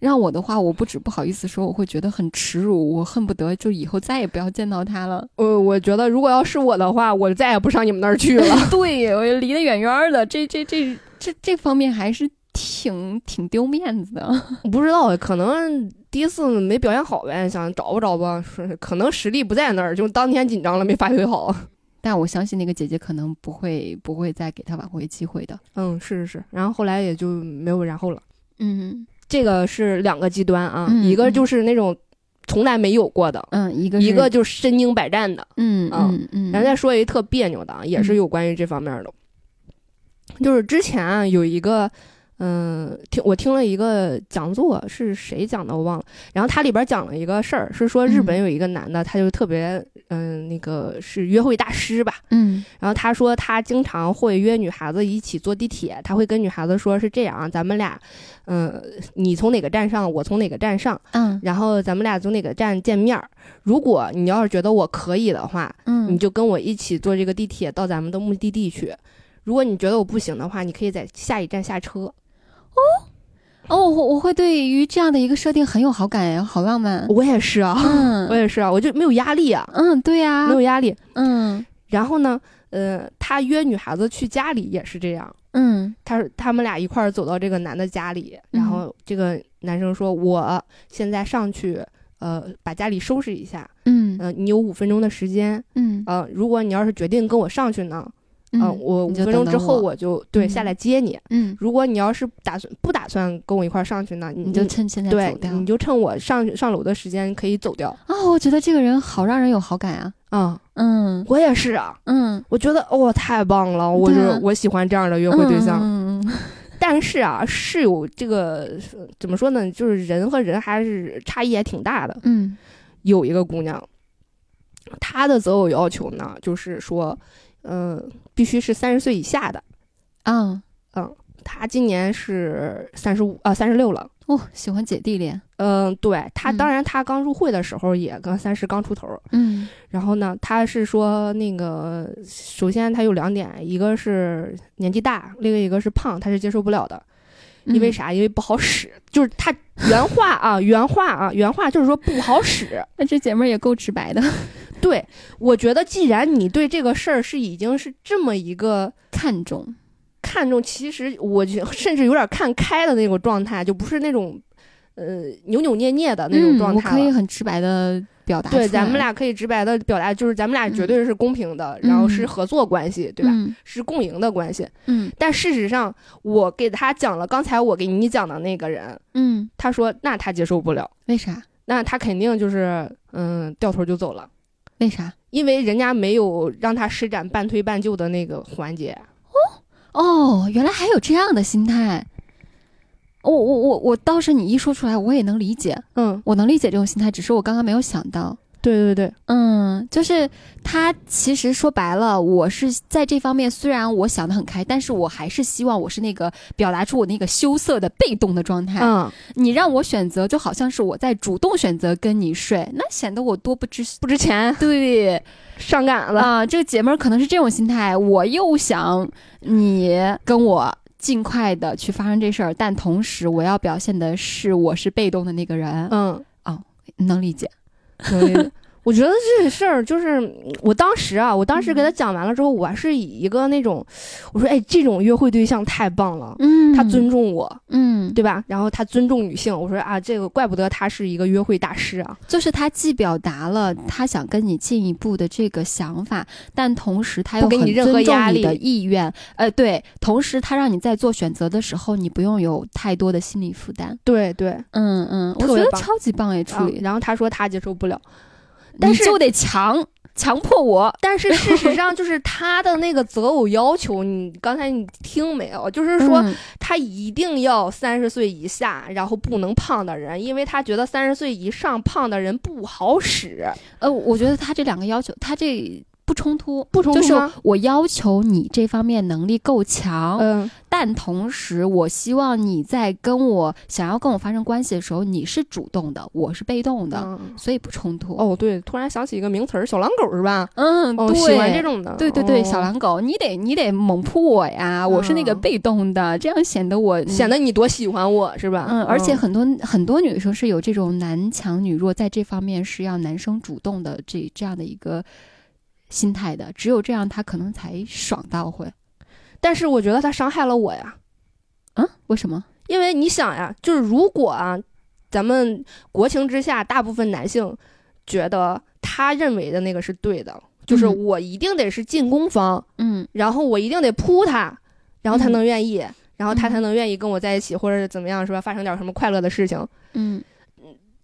[SPEAKER 2] 让我的话，我不止不好意思说，我会觉得很耻辱，我恨不得就以后再也不要见到他了。
[SPEAKER 3] 呃，我觉得如果要是我的话，我再也不上你们那儿 去了。
[SPEAKER 2] 对，我离得远远的，这这这这这方面还是挺挺丢面子的。
[SPEAKER 3] 我不知道，可能第一次没表现好呗，想找不着吧，是可能实力不在那儿，就当天紧张了没发挥好。
[SPEAKER 2] 但我相信那个姐姐可能不会不会再给他挽回机会的。
[SPEAKER 3] 嗯，是是是，然后后来也就没有然后了。
[SPEAKER 2] 嗯
[SPEAKER 3] 这个是两个极端啊，
[SPEAKER 2] 嗯
[SPEAKER 3] 一个就是那种从来没有过的，
[SPEAKER 2] 嗯，一个
[SPEAKER 3] 一
[SPEAKER 2] 是
[SPEAKER 3] 个就是身经百战的。
[SPEAKER 2] 嗯
[SPEAKER 3] 啊
[SPEAKER 2] 嗯嗯，
[SPEAKER 3] 然后再说一特别扭的，啊，也是
[SPEAKER 2] 嗯
[SPEAKER 3] 有关于这方面的，就是之前啊有一个。嗯，听我听了一个讲座，是谁讲的我忘了。然后它里边讲了一个事儿，是说日本
[SPEAKER 2] 嗯
[SPEAKER 3] 有一个男的，他就特别嗯，那个是约会大师吧，
[SPEAKER 2] 嗯
[SPEAKER 3] 然后他说他经常会约女孩子一起坐地铁，他会跟女孩子说是这样啊，咱们俩，嗯、你从哪个站上，我从哪个站上，
[SPEAKER 2] 嗯
[SPEAKER 3] 然后咱们俩从哪个站见面儿。如果你要是觉得我可以的话，
[SPEAKER 2] 嗯，
[SPEAKER 3] 你就跟我一起坐这个地铁到咱们的目的地去。如果你觉得我不行的话，你可以在下一站下车。
[SPEAKER 2] 哦，我我会对于这样的一个设定很有好感哎，好浪漫。
[SPEAKER 3] 我也是啊，我
[SPEAKER 2] 嗯
[SPEAKER 3] 也是啊，我就没有压力啊，
[SPEAKER 2] 嗯，对呀、
[SPEAKER 3] 没有压力。
[SPEAKER 2] 嗯
[SPEAKER 3] 然后呢，呃，他约女孩子去家里也是这样。
[SPEAKER 2] 嗯
[SPEAKER 3] 他他们俩一块儿走到这个男的家里，
[SPEAKER 2] 嗯
[SPEAKER 3] 然后这个男生说：“我现在上去，呃，把家里收拾一下。
[SPEAKER 2] 嗯
[SPEAKER 3] 呃，你有五分钟的时间。
[SPEAKER 2] 嗯
[SPEAKER 3] 呃，如果你要是决定跟我上去呢，
[SPEAKER 2] 嗯
[SPEAKER 3] 呃，我五
[SPEAKER 2] 你就
[SPEAKER 3] 分钟
[SPEAKER 2] 等
[SPEAKER 3] 之
[SPEAKER 2] 等
[SPEAKER 3] 后
[SPEAKER 2] 我
[SPEAKER 3] 我就对
[SPEAKER 2] 嗯
[SPEAKER 3] 下来接你。
[SPEAKER 2] 嗯，
[SPEAKER 3] 如果你要是打算不打算跟我一块儿上去呢，你
[SPEAKER 2] 你就趁现在
[SPEAKER 3] 对
[SPEAKER 2] 走掉，
[SPEAKER 3] 你就趁我上上楼的时间可以走掉。
[SPEAKER 2] 啊、我觉得这个人好让人有好感啊。
[SPEAKER 3] 啊、
[SPEAKER 2] 嗯
[SPEAKER 3] 我也是啊，
[SPEAKER 2] 嗯，
[SPEAKER 3] 我觉得哦太棒了，我
[SPEAKER 2] 对
[SPEAKER 3] 就、
[SPEAKER 2] 啊
[SPEAKER 3] 我喜欢这样的约会对象。
[SPEAKER 2] 嗯嗯
[SPEAKER 3] 但是啊，是有这个呃怎么说呢？就是人和人还是差异也挺大的。
[SPEAKER 2] 嗯
[SPEAKER 3] 有一个姑娘，她的择偶要求呢，就是说，嗯、必须是三十岁以下的。
[SPEAKER 2] 嗯啊
[SPEAKER 3] 她今年是三十五啊，三十六了。
[SPEAKER 2] 哦，喜欢姐弟恋，
[SPEAKER 3] 嗯，对他，
[SPEAKER 2] 嗯
[SPEAKER 3] 当然他刚入会的时候也跟三十刚出头，
[SPEAKER 2] 嗯
[SPEAKER 3] 然后呢，他是说那个，首先他有两点，一个是年纪大，另一个是胖，他是接受不了的。
[SPEAKER 2] 嗯
[SPEAKER 3] 因为？啥？因为不好使，就是他原话啊，原话啊，原话就是说不好使。
[SPEAKER 2] 那这姐妹儿也够直白的，
[SPEAKER 3] 对，我觉得既然你对这个事儿是已经是这么一个
[SPEAKER 2] 看重，
[SPEAKER 3] 看重，其实我觉甚至有点看开的那种状态，就不是那种呃扭扭捏捏的那种
[SPEAKER 2] 嗯
[SPEAKER 3] 状
[SPEAKER 2] 我
[SPEAKER 3] 态
[SPEAKER 2] 可
[SPEAKER 3] 了。
[SPEAKER 2] 以很直白的表达出来。
[SPEAKER 3] 对，咱们俩可以直白的表达，就是咱们俩绝对是公平的，然后是
[SPEAKER 2] 嗯
[SPEAKER 3] 合作关系，对吧？
[SPEAKER 2] 嗯
[SPEAKER 3] 是共赢的关系。
[SPEAKER 2] 嗯
[SPEAKER 3] 但事实上，我给他讲了刚才我给你讲的那个人，
[SPEAKER 2] 嗯，
[SPEAKER 3] 他说那他接受不了，
[SPEAKER 2] 为啥？
[SPEAKER 3] 那他肯定就是嗯掉头就走了，
[SPEAKER 2] 为啥？
[SPEAKER 3] 因为人家没有让他施展半推半就的那个环节。
[SPEAKER 2] 哦，原来还有这样的心态。我我我我倒是你一说出来，我也能理解，
[SPEAKER 3] 嗯，
[SPEAKER 2] 我能理解这种心态，只是我刚刚没有想到。
[SPEAKER 3] 对对对，
[SPEAKER 2] 嗯，就是他其实说白了，我是在这方面虽然我想得很开，但是我还是希望我是那个表达出我那个羞涩的被动的状态。
[SPEAKER 3] 嗯，
[SPEAKER 2] 你让我选择，就好像是我在主动选择跟你睡，那显得我多不知
[SPEAKER 3] 不值钱，
[SPEAKER 2] 对
[SPEAKER 3] 上赶了。
[SPEAKER 2] 啊、这个姐妹儿可能是这种心态，我又想你跟我尽快的去发生这事儿，但同时我要表现的是我是被动的那个人，
[SPEAKER 3] 嗯，
[SPEAKER 2] 能理解？
[SPEAKER 3] 能理 解我觉得这事儿就是嗯我当时啊，我当时给
[SPEAKER 2] 嗯
[SPEAKER 3] 他讲完了之后，我还是以一个那种，我说哎，这种约会对象太棒了，
[SPEAKER 2] 嗯
[SPEAKER 3] 他尊重我，
[SPEAKER 2] 嗯，
[SPEAKER 3] 对吧？然后他尊重女性，我说啊，这个怪不得他是一个约会大师啊。
[SPEAKER 2] 就是他既表达了他想跟你进一步的这个想法，但同时他
[SPEAKER 3] 不
[SPEAKER 2] 又
[SPEAKER 3] 给你
[SPEAKER 2] 很
[SPEAKER 3] 任何
[SPEAKER 2] 尊重
[SPEAKER 3] 压力
[SPEAKER 2] 你的意愿，呃，对，同时他让你在做选择的时候，你不用有太多的心理负担。
[SPEAKER 3] 对对，
[SPEAKER 2] 嗯嗯，我
[SPEAKER 3] 特
[SPEAKER 2] 觉
[SPEAKER 3] 别
[SPEAKER 2] 得
[SPEAKER 3] 棒
[SPEAKER 2] 超级棒哎，处
[SPEAKER 3] 啊
[SPEAKER 2] 理，
[SPEAKER 3] 然后他说他接受不 了，但
[SPEAKER 2] 你
[SPEAKER 3] 是
[SPEAKER 2] 就得强强迫我，
[SPEAKER 3] 但是事实上就是他的那个择偶要求，你刚才你听没有？就是说
[SPEAKER 2] 嗯
[SPEAKER 3] 他一定要三十岁以下，然后不能胖的人，因为他觉得三十岁以上胖的人不好使，
[SPEAKER 2] 呃，我觉得他这两个要求，他这不冲突。
[SPEAKER 3] 不冲
[SPEAKER 2] 就
[SPEAKER 3] 突
[SPEAKER 2] 是
[SPEAKER 3] 吗？
[SPEAKER 2] 我要求你这方面能力够强，
[SPEAKER 3] 嗯，
[SPEAKER 2] 但同时我希望你在跟我想要跟我发生关系的时候，你是主动的，我是被动的，
[SPEAKER 3] 嗯
[SPEAKER 2] 所以不冲突。
[SPEAKER 3] 哦，对，突然想起一个名词儿，小狼狗是吧？
[SPEAKER 2] 嗯，
[SPEAKER 3] 哦，
[SPEAKER 2] 对，
[SPEAKER 3] 喜欢这种的。
[SPEAKER 2] 对对对，
[SPEAKER 3] 哦
[SPEAKER 2] 小狼狗，你得你得猛扑我呀，我是那个
[SPEAKER 3] 嗯
[SPEAKER 2] 被动的，这样显得我
[SPEAKER 3] 显得你多喜欢我是吧？
[SPEAKER 2] 嗯，而且很多很多女生是有这种男强女弱，在这方面是要男生主动的这这样的一个心态的，只有这样他可能才爽到会。
[SPEAKER 3] 但是我觉得他伤害了我呀，
[SPEAKER 2] 嗯，为什么？
[SPEAKER 3] 因为你想呀，就是如果啊，咱们国情之下，大部分男性觉得他认为的那个是对的，就是
[SPEAKER 2] 嗯
[SPEAKER 3] 我一定得是进攻方，
[SPEAKER 2] 嗯
[SPEAKER 3] 然后我一定得扑他，然后他
[SPEAKER 2] 嗯
[SPEAKER 3] 能愿意，然后他
[SPEAKER 2] 嗯
[SPEAKER 3] 才能愿意跟我在一起，或者是怎么样是吧？发生点什么快乐的事情，
[SPEAKER 2] 嗯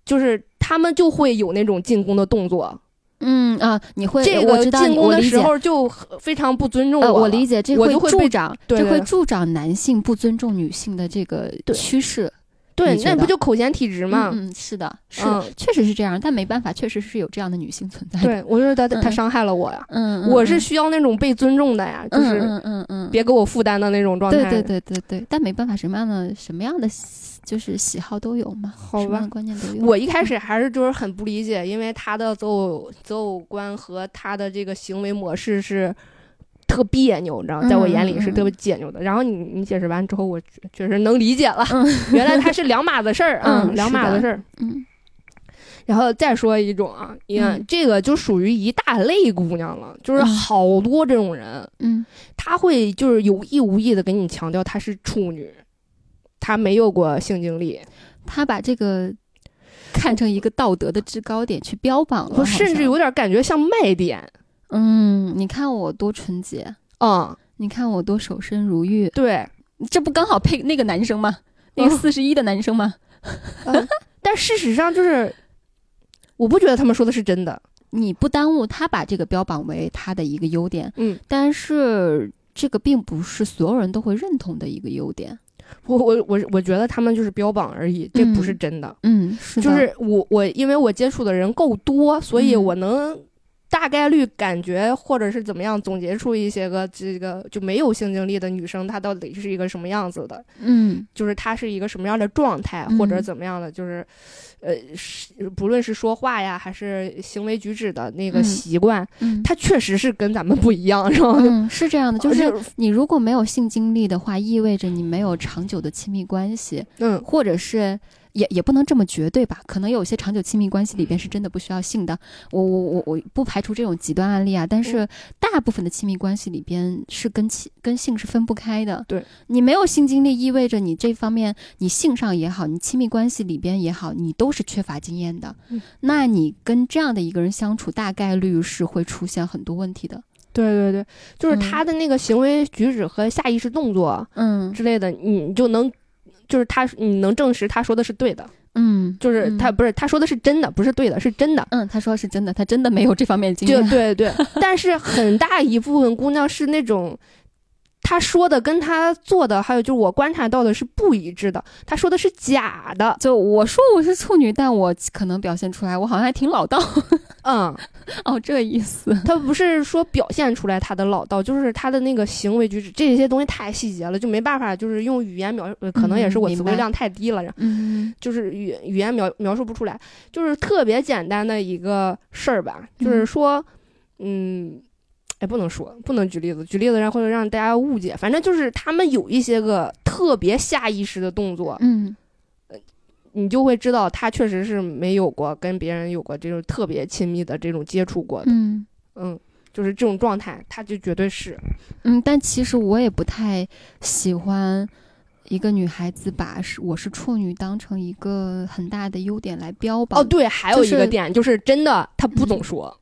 [SPEAKER 3] 就是他们就会有那种进攻的动作，
[SPEAKER 2] 嗯啊，你会
[SPEAKER 3] 这
[SPEAKER 2] 我
[SPEAKER 3] 个
[SPEAKER 2] 知道
[SPEAKER 3] 进
[SPEAKER 2] 你
[SPEAKER 3] 攻
[SPEAKER 2] 我
[SPEAKER 3] 的
[SPEAKER 2] 理
[SPEAKER 3] 时
[SPEAKER 2] 解。
[SPEAKER 3] 候就很非常不尊重
[SPEAKER 2] 呃，
[SPEAKER 3] 我了
[SPEAKER 2] 我理解，这
[SPEAKER 3] 我就会
[SPEAKER 2] 助
[SPEAKER 3] 被
[SPEAKER 2] 长，
[SPEAKER 3] 对
[SPEAKER 2] 这
[SPEAKER 3] 对
[SPEAKER 2] 会
[SPEAKER 3] 对
[SPEAKER 2] 助长男性不尊重女性的这个
[SPEAKER 3] 对
[SPEAKER 2] 趋势。
[SPEAKER 3] 对
[SPEAKER 2] 你，觉
[SPEAKER 3] 那不
[SPEAKER 2] 得
[SPEAKER 3] 就口嫌体直吗？
[SPEAKER 2] 嗯，嗯是的，是、
[SPEAKER 3] 嗯
[SPEAKER 2] 确实是这样，但没办法，确实是有这样的女性存在的。
[SPEAKER 3] 对，我觉得他他
[SPEAKER 2] 嗯
[SPEAKER 3] 伤害了我呀，
[SPEAKER 2] 嗯，嗯，
[SPEAKER 3] 我是
[SPEAKER 2] 嗯
[SPEAKER 3] 需要那种被尊重的呀，就是
[SPEAKER 2] 嗯嗯嗯嗯，
[SPEAKER 3] 别给我负担的那种状态。
[SPEAKER 2] 对对对对对，但没办法，什么样的什么样的喜就是喜好都有嘛，
[SPEAKER 3] 好
[SPEAKER 2] 什么
[SPEAKER 3] 吧
[SPEAKER 2] 样的观念都有。
[SPEAKER 3] 我一开始还是就是很不理解，因为他的择偶择偶观和他的这个行为模式是特别扭，你知道吗，在我眼里是
[SPEAKER 2] 嗯嗯嗯
[SPEAKER 3] 特别别扭的。然后你你解释完之后，我确确实能理解了，
[SPEAKER 2] 嗯
[SPEAKER 3] 原来他是两码子事儿啊，
[SPEAKER 2] 嗯
[SPEAKER 3] 两
[SPEAKER 2] 是
[SPEAKER 3] 码
[SPEAKER 2] 的
[SPEAKER 3] 子事儿。
[SPEAKER 2] 嗯
[SPEAKER 3] 然后再说一种啊，你看、
[SPEAKER 2] 嗯
[SPEAKER 3] 这个就属于一大类姑娘了，就是
[SPEAKER 2] 嗯
[SPEAKER 3] 好多这种人，
[SPEAKER 2] 嗯
[SPEAKER 3] 她会就是有意无意的给你强调她是处女，她没有过性经历，
[SPEAKER 2] 他把这个看成一个道德的制高点去标榜了，
[SPEAKER 3] 我甚至
[SPEAKER 2] 好像
[SPEAKER 3] 有点感觉像卖点
[SPEAKER 2] 嗯，你看我多纯洁，
[SPEAKER 3] 啊、嗯，
[SPEAKER 2] 你看我多守身如玉，
[SPEAKER 3] 对。
[SPEAKER 2] 这不刚好配那个男生吗？那个
[SPEAKER 3] 嗯
[SPEAKER 2] 四十一的男生吗？
[SPEAKER 3] 但事实上就是，我不觉得他们说的是真的。
[SPEAKER 2] 你不耽误他把这个标榜为他的一个优点，
[SPEAKER 3] 嗯，
[SPEAKER 2] 但是这个并不是所有人都会认同的一个优点。
[SPEAKER 3] 我我我我觉得他们就是标榜而已，这不是
[SPEAKER 2] 嗯
[SPEAKER 3] 真的。
[SPEAKER 2] 嗯，是的，
[SPEAKER 3] 就是我我因为我接触的人够多，所以
[SPEAKER 2] 嗯
[SPEAKER 3] 我能大概率感觉或者是怎么样总结出一些个这个就没有性经历的女生她到底是一个什么样子的，
[SPEAKER 2] 嗯
[SPEAKER 3] 就是她是一个什么样的状态
[SPEAKER 2] 嗯
[SPEAKER 3] 或者怎么样的，就是呃，是不论是说话呀还是行为举止的那个
[SPEAKER 2] 嗯
[SPEAKER 3] 习惯，
[SPEAKER 2] 嗯，
[SPEAKER 3] 她确实是跟咱们不一样，然后
[SPEAKER 2] 嗯是这样的，就
[SPEAKER 3] 哦就是
[SPEAKER 2] 你如果没有性经历的话，意味着你没有长久的亲密关系，
[SPEAKER 3] 嗯
[SPEAKER 2] 或者是也也不能这么绝对吧？可能有些长久亲密关系里边是真的不需要性的，我我我我不排除这种极端案例啊，但是大部分的亲密关系里边是跟亲跟性是分不开的。
[SPEAKER 3] 对，
[SPEAKER 2] 你没有性经历，意味着你这方面你性上也好，你亲密关系里边也好，你都是缺乏经验的。
[SPEAKER 3] 嗯
[SPEAKER 2] 那你跟这样的一个人相处，大概率是会出现很多问题的。
[SPEAKER 3] 对对对，就是
[SPEAKER 2] 嗯
[SPEAKER 3] 她的那个行为举止和下意识动作
[SPEAKER 2] 嗯
[SPEAKER 3] 之类的，你你就能。就是她，你能证实她说的是对的，
[SPEAKER 2] 嗯，
[SPEAKER 3] 就是
[SPEAKER 2] 嗯
[SPEAKER 3] 她不是她说的是真的，不是对的，是真的。
[SPEAKER 2] 嗯，他说是真的，他真的没有这方面的经
[SPEAKER 3] 就
[SPEAKER 2] 验。
[SPEAKER 3] 对对，但是很大一部分姑娘是那种，她说的跟她做的，还有就是我观察到的是不一致的，她说的是假的，
[SPEAKER 2] 就我说我是处女，但我可能表现出来，我好像还挺老道
[SPEAKER 3] 嗯，
[SPEAKER 2] 哦，这意思。
[SPEAKER 3] 她不是说表现出来她的老道，就是她的那个行为举止这些东西太细节了，就没办法，就是用语言描述，呃可能也是
[SPEAKER 2] 嗯
[SPEAKER 3] 我
[SPEAKER 2] 明
[SPEAKER 3] 词汇
[SPEAKER 2] 白
[SPEAKER 3] 量太低了，
[SPEAKER 2] 嗯
[SPEAKER 3] 就是语语言描描述不出来，就是特别简单的一个事儿吧，就是
[SPEAKER 2] 嗯
[SPEAKER 3] 说，嗯，哎，不能说，不能举例子，举例子然后会让大家误解。反正就是他们有一些个特别下意识的动作，
[SPEAKER 2] 嗯
[SPEAKER 3] 你就会知道他确实是没有过跟别人有过这种特别亲密的这种接触过的，
[SPEAKER 2] 嗯
[SPEAKER 3] 嗯，就是这种状态，他就绝对是，
[SPEAKER 2] 嗯，但其实我也不太喜欢一个女孩子把是我是处女当成一个很大的优点来标榜。
[SPEAKER 3] 哦，，对，还有
[SPEAKER 2] 就
[SPEAKER 3] 一个
[SPEAKER 2] 是
[SPEAKER 3] 点就是真的他不总
[SPEAKER 2] 嗯
[SPEAKER 3] 说。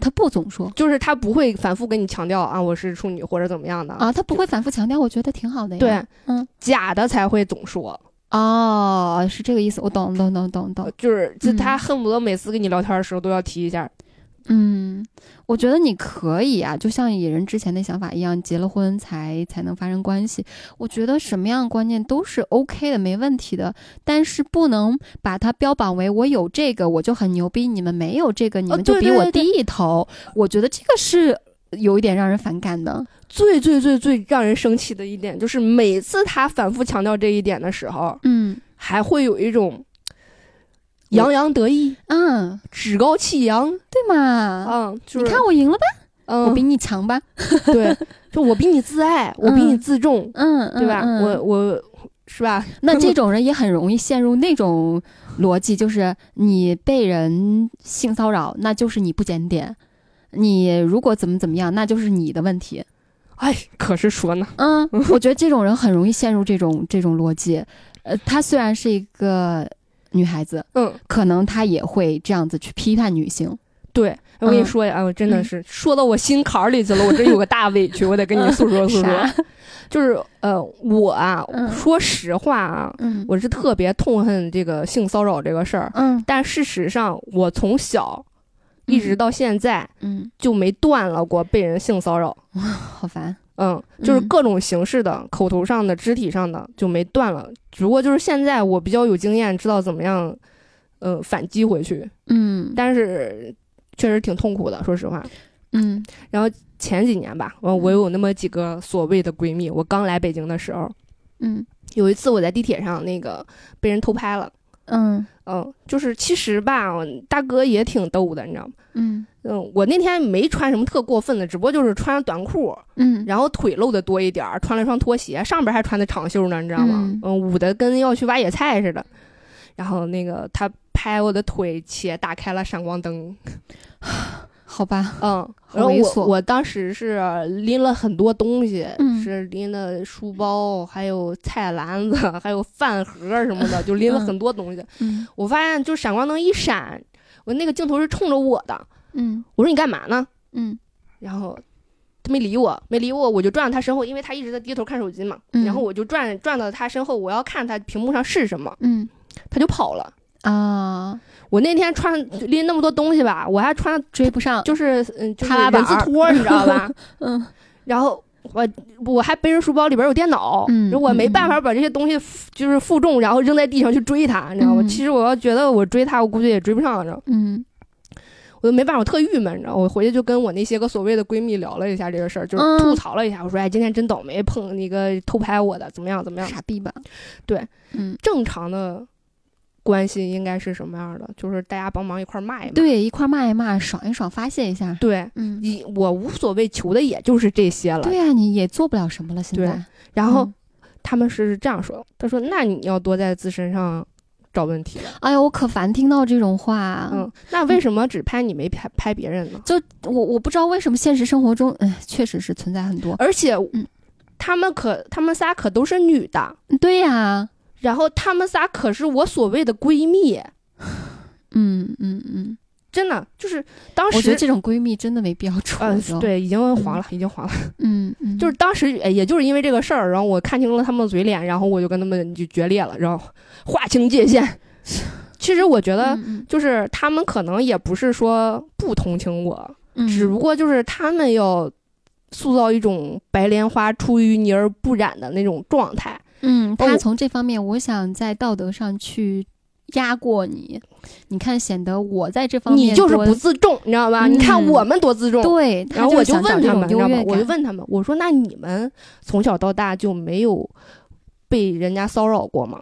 [SPEAKER 2] 她不总说
[SPEAKER 3] 就是他不会反复跟你强调啊，我是处女或者怎么样的
[SPEAKER 2] 啊，她不会反复强调，我觉得挺好的呀。
[SPEAKER 3] 对，
[SPEAKER 2] 嗯，
[SPEAKER 3] 假的才会总说，
[SPEAKER 2] 哦，是这个意思，我懂懂懂懂懂
[SPEAKER 3] 呃。就是就
[SPEAKER 2] 嗯
[SPEAKER 3] 他恨不得每次跟你聊天的时候都要提一下。
[SPEAKER 2] 嗯，我觉得你可以啊，就像野人之前的想法一样，结了婚才才能发生关系。我觉得什么样的观念都是 OK 的，没问题的。但是不能把它标榜为我有这个我就很牛逼，你们没有这个你
[SPEAKER 3] 哦
[SPEAKER 2] 们就
[SPEAKER 3] 对
[SPEAKER 2] 比
[SPEAKER 3] 对
[SPEAKER 2] 我
[SPEAKER 3] 对
[SPEAKER 2] 低
[SPEAKER 3] 对
[SPEAKER 2] 一头。我觉得这个是有一点让人反感的。
[SPEAKER 3] 最最最最让人生气的一点就是，每次他反复强调这一点的时候，
[SPEAKER 2] 嗯
[SPEAKER 3] 还会有一种洋洋得意、
[SPEAKER 2] 嗯，
[SPEAKER 3] 趾高气扬
[SPEAKER 2] 对嘛？
[SPEAKER 3] 啊、嗯，就是
[SPEAKER 2] 你看我赢了吧，
[SPEAKER 3] 嗯，
[SPEAKER 2] 我比你强吧？
[SPEAKER 3] 对，就我比你自爱，我比你自重，
[SPEAKER 2] 嗯，
[SPEAKER 3] 对吧？
[SPEAKER 2] 嗯嗯
[SPEAKER 3] 我我是吧？
[SPEAKER 2] 那这种人也很容易陷入那种逻辑，就是你被人性骚扰，那就是你不检点；你如果怎么怎么样，那就是你的问题。
[SPEAKER 3] 哎，可是说呢，
[SPEAKER 2] 嗯， 我觉得这种人很容易陷入这种这种逻辑。呃，她虽然是一个女孩子，
[SPEAKER 3] 嗯，
[SPEAKER 2] 可能她也会这样子去批判女性。
[SPEAKER 3] 对，我跟你
[SPEAKER 2] 嗯
[SPEAKER 3] 说呀，哎我真的
[SPEAKER 2] 嗯
[SPEAKER 3] 是说到我心坎儿里去了，我真有个大委屈，我得跟你诉 说诉说。
[SPEAKER 2] 嗯啥？
[SPEAKER 3] 就是呃，我啊，
[SPEAKER 2] 嗯
[SPEAKER 3] 说实话啊，
[SPEAKER 2] 嗯
[SPEAKER 3] 我是特别痛恨这个性骚扰这个事儿，
[SPEAKER 2] 嗯
[SPEAKER 3] 但事实上，我从小一直到现在
[SPEAKER 2] 嗯，
[SPEAKER 3] 就没断了过被人性骚扰。
[SPEAKER 2] 好烦。
[SPEAKER 3] 嗯，就是
[SPEAKER 2] 嗯
[SPEAKER 3] 各种形式的，口头上的、肢体上的就没断了。只不过就是现在我比较有经验，知道怎么样，呃，反击回去。
[SPEAKER 2] 嗯
[SPEAKER 3] 但是确实挺痛苦的，说实话。
[SPEAKER 2] 嗯
[SPEAKER 3] 前几年吧，我我有那么几个所谓的闺蜜，我刚来北京的时候，
[SPEAKER 2] 嗯
[SPEAKER 3] 有一次我在地铁上那个被人偷拍了，
[SPEAKER 2] 嗯
[SPEAKER 3] 嗯，就是其实吧，大哥也挺逗的，你知道吗？
[SPEAKER 2] 嗯
[SPEAKER 3] 嗯，我那天没穿什么特过分的，只不过就是穿短裤，
[SPEAKER 2] 嗯，
[SPEAKER 3] 然后腿露的多一点儿，穿了一双拖鞋，上边还穿的长袖呢，你知道吗？
[SPEAKER 2] 嗯
[SPEAKER 3] 嗯，捂的跟要去挖野菜似的。然后那个他拍我的腿，且打开了闪光灯，
[SPEAKER 2] 好吧。
[SPEAKER 3] 嗯，
[SPEAKER 2] 好
[SPEAKER 3] 然后
[SPEAKER 2] 猥
[SPEAKER 3] 我
[SPEAKER 2] 琐
[SPEAKER 3] 我当时是拎了很多东西，
[SPEAKER 2] 嗯
[SPEAKER 3] 是拎的书包，还有菜篮子， 还有饭盒什么的，就拎了
[SPEAKER 2] 嗯
[SPEAKER 3] 很多东西。
[SPEAKER 2] 嗯
[SPEAKER 3] 我发现就闪光灯一闪，我那个镜头是冲着我的，
[SPEAKER 2] 嗯
[SPEAKER 3] 我说你干嘛呢？
[SPEAKER 2] 嗯
[SPEAKER 3] 然后他没理我，没理我，我就转到他身后，因为他一直在低头看手机嘛。
[SPEAKER 2] 嗯
[SPEAKER 3] 然后我就转转到他身后，我要看他屏幕上是什么，
[SPEAKER 2] 嗯
[SPEAKER 3] 他就跑了。
[SPEAKER 2] 啊，
[SPEAKER 3] 我那天穿拎那么多东西吧，我还穿
[SPEAKER 2] 追不上。
[SPEAKER 3] 就是嗯就是
[SPEAKER 2] 踏拉板
[SPEAKER 3] 人字
[SPEAKER 2] 儿
[SPEAKER 3] 拖，你知道吧？
[SPEAKER 2] 嗯
[SPEAKER 3] 然后我我还背着书包，里边有电脑，
[SPEAKER 2] 嗯
[SPEAKER 3] 如果我没办法把这些东西负就是负重，然后扔在地上去追他，你知道吗？
[SPEAKER 2] 嗯
[SPEAKER 3] 其实我要觉得我追他，我估计也追不上，你知道吗。
[SPEAKER 2] 嗯
[SPEAKER 3] 我就没办法，我特郁闷，你知道，我回去就跟我那些个所谓的闺蜜聊了一下这个事儿，就是
[SPEAKER 2] 嗯
[SPEAKER 3] 吐槽了一下，我说哎，今天真倒霉，碰那个偷拍我的，怎么样怎么样？
[SPEAKER 2] 傻逼吧？
[SPEAKER 3] 对，
[SPEAKER 2] 嗯，
[SPEAKER 3] 正常的关系应该是什么样的？就是大家帮忙一块儿骂一骂，
[SPEAKER 2] 对，一块儿骂一骂，爽一爽，发泄一下。
[SPEAKER 3] 对，
[SPEAKER 2] 嗯，
[SPEAKER 3] 以我无所谓求的也就是这些了。
[SPEAKER 2] 对呀、你也做不了什么了，现
[SPEAKER 3] 对
[SPEAKER 2] 在。
[SPEAKER 3] 然后
[SPEAKER 2] 嗯
[SPEAKER 3] 他们是这样说的，他说：“那你要多在自身上找问题了。
[SPEAKER 2] 哎呀，我可烦听到这种话。
[SPEAKER 3] 嗯，那为什么只拍你没拍拍别人呢？
[SPEAKER 2] 就我我不知道为什么现实生活中，哎，确实是存在很多。
[SPEAKER 3] 而且，
[SPEAKER 2] 嗯
[SPEAKER 3] 他们可他们仨可都是女的，
[SPEAKER 2] 对呀、
[SPEAKER 3] 然后他们仨可是我所谓的闺蜜，
[SPEAKER 2] 嗯嗯嗯，
[SPEAKER 3] 真的就是当时
[SPEAKER 2] 我觉得这种闺蜜真的没必要处
[SPEAKER 3] 呃
[SPEAKER 2] 了都。
[SPEAKER 3] 对已经黄了，已经黄了。
[SPEAKER 2] 嗯嗯，
[SPEAKER 3] 就是当时哎也就是因为这个事儿，然后我看清了他们的嘴脸，然后我就跟他们就决裂了，然后划清界 限。其实我觉得。
[SPEAKER 2] 嗯嗯
[SPEAKER 3] 就是他们可能也不是说不同情我，
[SPEAKER 2] 嗯
[SPEAKER 3] 只不过就是他们要塑造一种白莲花出淤泥而不染的那种状态。
[SPEAKER 2] 嗯，
[SPEAKER 3] 我
[SPEAKER 2] 他从这方面，我想在道德上去压过你，你看显得我在这方面
[SPEAKER 3] 你就是
[SPEAKER 2] 多
[SPEAKER 3] 不自重，你知道吧？
[SPEAKER 2] 嗯
[SPEAKER 3] 你看我们多自重。
[SPEAKER 2] 对，
[SPEAKER 3] 然后我就
[SPEAKER 2] 想找
[SPEAKER 3] 问
[SPEAKER 2] 这
[SPEAKER 3] 他
[SPEAKER 2] 种
[SPEAKER 3] 们，你知
[SPEAKER 2] 优
[SPEAKER 3] 道吗
[SPEAKER 2] 越？
[SPEAKER 3] 我就
[SPEAKER 2] 感
[SPEAKER 3] 问他们，我说：“那你们从小到大就没有被人家骚扰过吗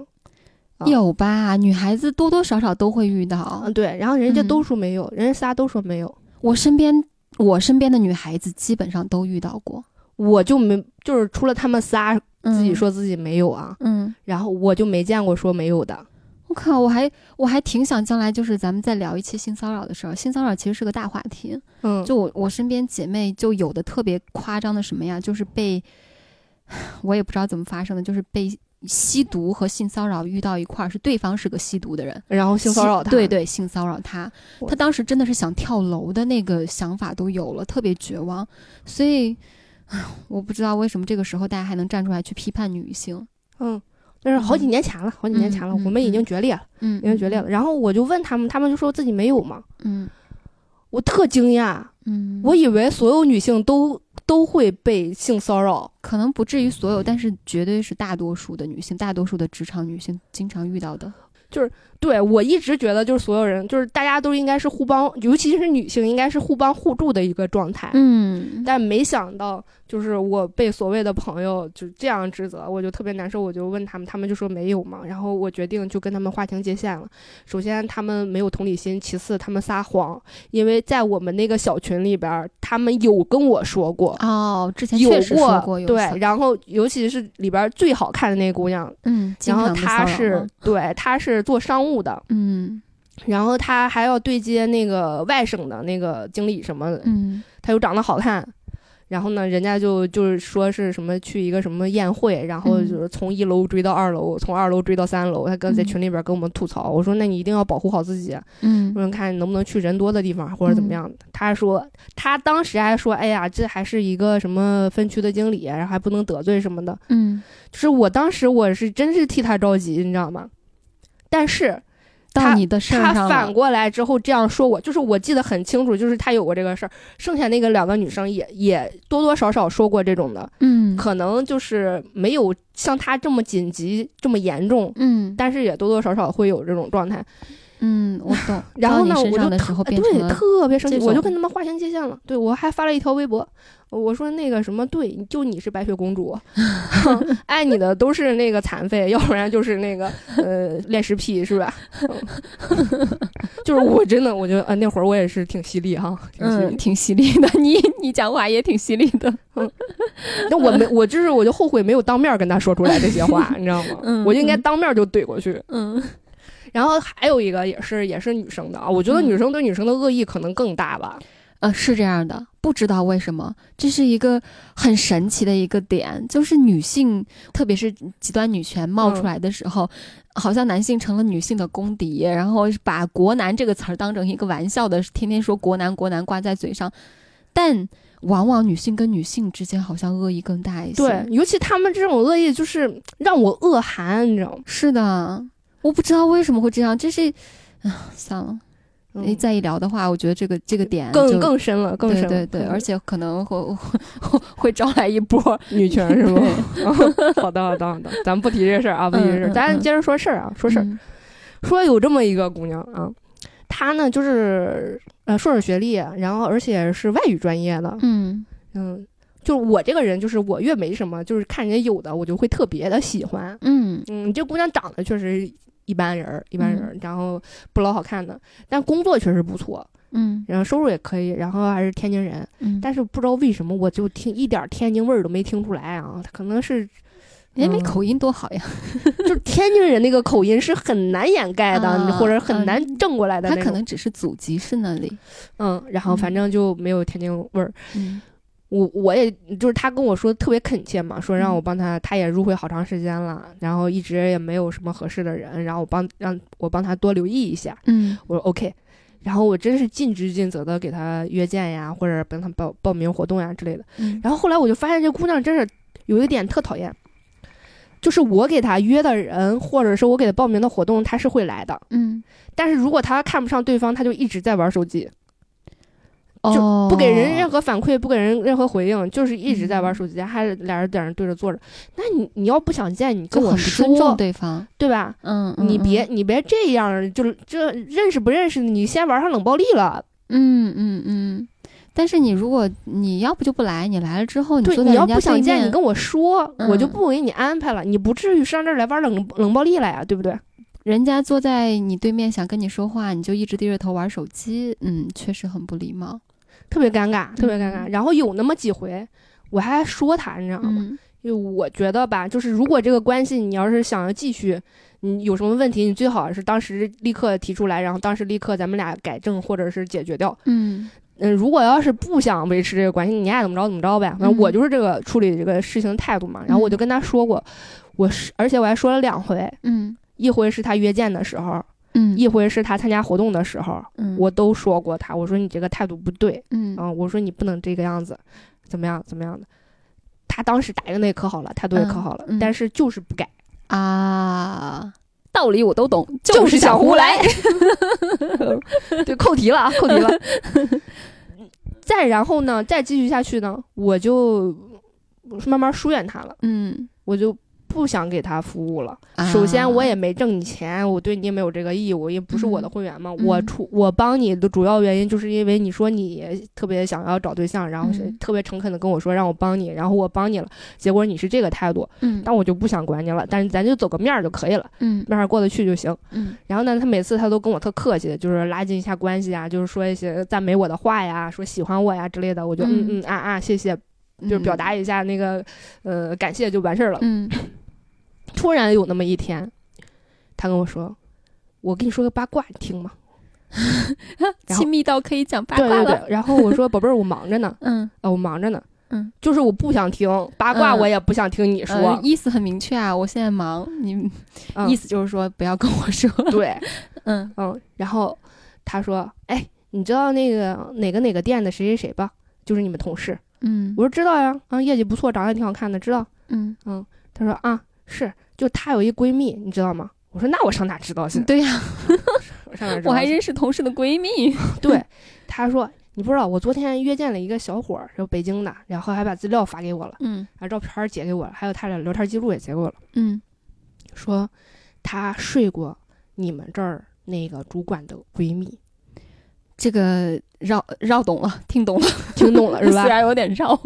[SPEAKER 3] 啊
[SPEAKER 2] 有吧？女孩子多多少少都会遇？”到
[SPEAKER 3] 嗯，，对。然后人家
[SPEAKER 2] 嗯
[SPEAKER 3] 都说没有，人家仨都说没有，
[SPEAKER 2] 我身边我身边的女孩子基本上都遇到过，
[SPEAKER 3] 我就没，就是除了他们仨自己
[SPEAKER 2] 嗯，
[SPEAKER 3] 说自己没有啊，
[SPEAKER 2] 嗯，
[SPEAKER 3] 然后我就没见过说没有的。
[SPEAKER 2] 我靠，我还我还挺想将来就是咱们再聊一期性骚扰的事儿，性骚扰其实是个大话题，
[SPEAKER 3] 嗯，
[SPEAKER 2] 就我我身边姐妹就有的特别夸张的什么呀，就是被 我也不知道怎么发生的，就是被吸毒和性骚扰遇到一块儿，是对方是个吸毒的人，
[SPEAKER 3] 然后性骚扰他，
[SPEAKER 2] 对，对，性骚扰他，
[SPEAKER 3] 我
[SPEAKER 2] 他当时真的是想跳楼的那个想法都有了，特别绝望，所以。唉我不知道为什么这个时候大家还能站出来去批判女性，
[SPEAKER 3] 嗯，但是好几年前了，好几年前了，
[SPEAKER 2] 嗯嗯
[SPEAKER 3] 我们已经决裂了，
[SPEAKER 2] 嗯，
[SPEAKER 3] 已经决裂了。然后我就问他们，他们就说自己没有嘛，
[SPEAKER 2] 嗯，
[SPEAKER 3] 我特惊讶，
[SPEAKER 2] 嗯嗯，
[SPEAKER 3] 我以为所有女性都都会被性骚扰，
[SPEAKER 2] 可能不至于所有，但是绝对是大多数的女性，大多数的职场女性经常遇到的。
[SPEAKER 3] 对我一直觉得就是所有人就是大家都应该是互帮，尤其是女性应该是互帮互助的一个状态。
[SPEAKER 2] 嗯，
[SPEAKER 3] 但没想到，就是我被所谓的朋友就这样指责，我就特别难受。我就问他们，他们就说没有嘛。然后我决定就跟他们划清界限了。首先，他们没有同理心；其次，他们撒谎，因为在我们那个小群里边儿，他们有跟我说过。
[SPEAKER 2] 哦，之前
[SPEAKER 3] 有
[SPEAKER 2] 确实说
[SPEAKER 3] 过
[SPEAKER 2] 有
[SPEAKER 3] 对
[SPEAKER 2] 骚，
[SPEAKER 3] 然后尤其是里边儿最好看的那个姑娘，
[SPEAKER 2] 嗯，经
[SPEAKER 3] 然后
[SPEAKER 2] 常被
[SPEAKER 3] 她
[SPEAKER 2] 骚扰
[SPEAKER 3] 是
[SPEAKER 2] 吗
[SPEAKER 3] 对，她是做商务的，
[SPEAKER 2] 嗯
[SPEAKER 3] 然后她还要对接那个外省的那个经理什么的，
[SPEAKER 2] 嗯
[SPEAKER 3] 他又长得好看，然后呢，人家就就是说是什么去一个什么宴会，然后
[SPEAKER 2] 嗯
[SPEAKER 3] 就是从一楼追到二楼，从二楼追到三楼，他跟在
[SPEAKER 2] 嗯
[SPEAKER 3] 群里边跟我们吐槽，我说那你一定要保护好自己，
[SPEAKER 2] 嗯
[SPEAKER 3] 我说看能不能去人多的地方或者怎么样的。他说他当时还说，哎呀，这还是一个什么分区的经理，然后还不能得罪什么的，
[SPEAKER 2] 嗯，
[SPEAKER 3] 就是我当时我是真是替他着急，你知道吗？但是
[SPEAKER 2] 到
[SPEAKER 3] 她
[SPEAKER 2] 你的事儿
[SPEAKER 3] 他
[SPEAKER 2] 上
[SPEAKER 3] 反
[SPEAKER 2] 了，
[SPEAKER 3] 过来之后这样说我，就是我记得很清楚，就是他有过这个事儿。剩下那个两个女生也也多多少少说过这种的，
[SPEAKER 2] 嗯
[SPEAKER 3] 可能就是没有像他这么紧急、这么严重，
[SPEAKER 2] 嗯
[SPEAKER 3] 但是也多多少少会有这种状态。
[SPEAKER 2] 嗯，我 懂。
[SPEAKER 3] 然后呢，
[SPEAKER 2] 到你
[SPEAKER 3] 我
[SPEAKER 2] 身上
[SPEAKER 3] 就
[SPEAKER 2] 的时
[SPEAKER 3] 特
[SPEAKER 2] 候
[SPEAKER 3] 哎
[SPEAKER 2] 变成
[SPEAKER 3] 对
[SPEAKER 2] 了，
[SPEAKER 3] 特别生气，
[SPEAKER 2] 这种
[SPEAKER 3] 我就跟他们划清界限了。对我还发了一条微博，我说那个什么，对，就你是白雪公 主，爱你的都是那个残废，要不然就是那个呃恋尸癖，是吧？ 嗯就是我真的，我觉得呃那会儿我也是挺犀利哈，挺犀
[SPEAKER 2] 嗯，
[SPEAKER 3] 利。
[SPEAKER 2] 挺犀利的。你你讲话也挺犀利 的。
[SPEAKER 3] 那、我没，我就是我就后悔没有当面跟他说出来这些 话，你知道吗？
[SPEAKER 2] 嗯
[SPEAKER 3] 我就应该当面就怼过去。
[SPEAKER 2] 嗯
[SPEAKER 3] 然后还有一个也是也是女生的啊，我觉得
[SPEAKER 2] 嗯
[SPEAKER 3] 女生对女生的恶意可能更大吧。
[SPEAKER 2] 呃，是这样的，不知道为什么，这是一个很神奇的一个点，就是女性，特别是极端女权冒出来的时候，好像男性成了女性的公敌，然后把“国男”这个词儿当成一个玩笑的，天天说“国男”“国男”挂在嘴上，但往往女性跟女性之间好像恶意更大一些。
[SPEAKER 3] 对，，尤其他们这种恶意，就是让我恶寒，你知道吗？
[SPEAKER 2] 是的，我不知道为什么会这样，这是，啊，算了，
[SPEAKER 3] 哎
[SPEAKER 2] 一再一聊的话，我觉得这个这个点
[SPEAKER 3] 嗯更
[SPEAKER 2] 就
[SPEAKER 3] 更深了，更深
[SPEAKER 2] 对
[SPEAKER 3] 了。嗯
[SPEAKER 2] 对对，而且可能会会会招来一波
[SPEAKER 3] 女权是 吗？哦好的好的好的，咱们不提这事儿啊，不提这事儿，
[SPEAKER 2] 嗯嗯
[SPEAKER 3] 咱
[SPEAKER 2] 嗯
[SPEAKER 3] 接着说事儿啊，说事儿。
[SPEAKER 2] 嗯
[SPEAKER 3] 说有这么一个姑娘啊，他呢就是呃硕士学历，然后而且是外语专业的，
[SPEAKER 2] 嗯
[SPEAKER 3] 嗯，就是我这个人就是我越没什么，就是看人家有的我就会特别的喜欢，
[SPEAKER 2] 嗯
[SPEAKER 3] 嗯，这姑娘长得确实一般人儿，一般人儿，然后不老好看的，但工作确实不错，
[SPEAKER 2] 嗯
[SPEAKER 3] 然后收入也可以，然后还是天津人，
[SPEAKER 2] 嗯，
[SPEAKER 3] 但是不知道为什么我就听一点儿天津味儿都没听出来啊，可能是
[SPEAKER 2] 人家没
[SPEAKER 3] 嗯
[SPEAKER 2] 口音多好呀，
[SPEAKER 3] 就是天津人那个口音是很难掩盖的，
[SPEAKER 2] 啊
[SPEAKER 3] 或者很难正过来的
[SPEAKER 2] 他
[SPEAKER 3] 那
[SPEAKER 2] 可
[SPEAKER 3] 种。
[SPEAKER 2] 能只是祖籍是 那里，
[SPEAKER 3] 嗯，然后反正就没有天津味儿。
[SPEAKER 2] 嗯
[SPEAKER 3] 我我也就是他跟我说特别恳切嘛，说让
[SPEAKER 2] 嗯
[SPEAKER 3] 我帮他，他也入会好长时间了，然后一直也没有什么合适的人，然后我帮让我帮他多留意一下。
[SPEAKER 2] 嗯
[SPEAKER 3] 我说 OK，然后我真是尽职尽责的给他约见呀，或者帮他报报名活动呀之类的。
[SPEAKER 2] 嗯
[SPEAKER 3] 然后后来我就发现这姑娘真是有一个点特讨厌，就是我给她约的人，或者是我给她报名的活动，她是会来的。
[SPEAKER 2] 嗯，
[SPEAKER 3] 但是如果她看不上对方，她就一直在玩手机，
[SPEAKER 2] 哦，
[SPEAKER 3] 不给人任何反馈，不给人任何回应，就是一直
[SPEAKER 2] 嗯
[SPEAKER 3] 在玩手机，还俩人在那对着坐着。那你你要不想见，你
[SPEAKER 2] 就
[SPEAKER 3] 跟我
[SPEAKER 2] 很不尊
[SPEAKER 3] 说
[SPEAKER 2] 重，对方，
[SPEAKER 3] 对吧？
[SPEAKER 2] 嗯，嗯
[SPEAKER 3] 你别，你别这样，就这认识不认识，你先玩上冷暴力了。
[SPEAKER 2] 嗯嗯嗯嗯。但是你如果你要不就不来，你来了之后你
[SPEAKER 3] 对，
[SPEAKER 2] 坐
[SPEAKER 3] 你
[SPEAKER 2] 在
[SPEAKER 3] 要
[SPEAKER 2] 人家
[SPEAKER 3] 不想
[SPEAKER 2] 对
[SPEAKER 3] 见，你
[SPEAKER 2] 面，
[SPEAKER 3] 跟我说，
[SPEAKER 2] 嗯
[SPEAKER 3] 我就不给你安排了。你不至于上这儿来玩冷冷暴力来呀、对不对？
[SPEAKER 2] 人家坐在你对面想跟你说话，你就一直低着头玩手机，嗯，确实很不礼貌。
[SPEAKER 3] 特别尴尬，特别尴尬。
[SPEAKER 2] 嗯
[SPEAKER 3] 然后有那么几回，我还说他，你知道吗？
[SPEAKER 2] 嗯
[SPEAKER 3] 因为我觉得吧，就是如果这个关系你要是想要继续，你有什么问题，你最好是当时立刻提出来，然后当时立刻咱们俩改正或者是解决掉。
[SPEAKER 2] 嗯
[SPEAKER 3] 嗯，如果要是不想维持这个关系，你爱怎么着怎么着呗。反正
[SPEAKER 2] 嗯
[SPEAKER 3] 我就是这个处理这个事情的态度嘛。然后我就跟他说过，我是，而且我还说了两回，
[SPEAKER 2] 嗯
[SPEAKER 3] 一回是他约见的时候，
[SPEAKER 2] 嗯，
[SPEAKER 3] 一回是他参加活动的时候，
[SPEAKER 2] 嗯
[SPEAKER 3] 我都说过他，我说你这个态度不对。
[SPEAKER 2] 嗯
[SPEAKER 3] 啊，我说你不能这个样子，怎么样怎么样的。他当时答应的也可好了，态度也可
[SPEAKER 2] 嗯
[SPEAKER 3] 好了，
[SPEAKER 2] 嗯
[SPEAKER 3] 但是就是不改，
[SPEAKER 2] 啊，道理我都懂，
[SPEAKER 3] 就是
[SPEAKER 2] 是
[SPEAKER 3] 想胡
[SPEAKER 2] 胡
[SPEAKER 3] 来。 对，扣题了啊，扣题了。再然后呢，再继续下去呢，我就慢慢疏远他了，
[SPEAKER 2] 嗯，
[SPEAKER 3] 我就不想给他服务了。首先，我
[SPEAKER 2] 啊
[SPEAKER 3] 也没挣你钱，我对你也没有这个义务，也不是我的
[SPEAKER 2] 嗯
[SPEAKER 3] 会员嘛。
[SPEAKER 2] 嗯
[SPEAKER 3] 我出我帮你的主要原因，就是因为你说你特别想要找对象，然后是
[SPEAKER 2] 嗯
[SPEAKER 3] 特别诚恳的跟我说让我帮你，然后我帮你了，结果你是这个态度，
[SPEAKER 2] 嗯
[SPEAKER 3] 那我就不想管你了。但是咱就走个面儿就可以了，
[SPEAKER 2] 嗯
[SPEAKER 3] 面儿过得去就行。
[SPEAKER 2] 嗯
[SPEAKER 3] 然后呢，他每次他都跟我特客气，就是拉近一下关系啊，就是说一些赞美我的话呀，说喜欢我呀之类的，我就嗯
[SPEAKER 2] 嗯
[SPEAKER 3] 嗯啊啊谢谢，就是表达一下那个呃感谢就完事儿了。
[SPEAKER 2] 嗯
[SPEAKER 3] 突然有那么一天，他跟我说：“我跟你说个八卦，你听吗然后
[SPEAKER 2] 亲密到可以讲？”八
[SPEAKER 3] 对
[SPEAKER 2] 卦
[SPEAKER 3] 对
[SPEAKER 2] 了。
[SPEAKER 3] 对。然后我说：“ 宝贝儿，我忙着呢，
[SPEAKER 2] 嗯，
[SPEAKER 3] 啊，我忙着呢。
[SPEAKER 2] 嗯，
[SPEAKER 3] 就是我不想听八卦，
[SPEAKER 2] 嗯
[SPEAKER 3] 我也不想听你
[SPEAKER 2] 呃
[SPEAKER 3] 说。
[SPEAKER 2] 意思很明确啊，我现在忙，你
[SPEAKER 3] 嗯
[SPEAKER 2] 意思就是说不要跟我说。
[SPEAKER 3] 对，
[SPEAKER 2] 嗯
[SPEAKER 3] 嗯。然后他说：‘哎，你知道那个哪个哪个店的谁谁谁吧？就是你们同事。’
[SPEAKER 2] 嗯
[SPEAKER 3] 我说：‘知道呀，啊，业绩不错，长得也挺好看的，知道。
[SPEAKER 2] 嗯，’
[SPEAKER 3] 他说：‘啊，是，就她有一闺蜜，你知道吗？’我说：‘那我上哪知道去？
[SPEAKER 2] 对呀，
[SPEAKER 3] 我上哪知道去？’
[SPEAKER 2] 嗯我还认识同事的闺蜜。
[SPEAKER 3] 对，他说你不知道，我昨天约见了一个小伙儿，是北京的，然后还把资料发给我了，
[SPEAKER 2] 嗯
[SPEAKER 3] 把照片儿截给我了，还有他俩聊天记录也截给我了，
[SPEAKER 2] 嗯，
[SPEAKER 3] 说他睡过你们这儿那个主管的闺蜜，
[SPEAKER 2] 这个绕绕懂了，听 懂了，
[SPEAKER 3] 听懂了是
[SPEAKER 2] 虽
[SPEAKER 3] 吧？
[SPEAKER 2] 然有点绕，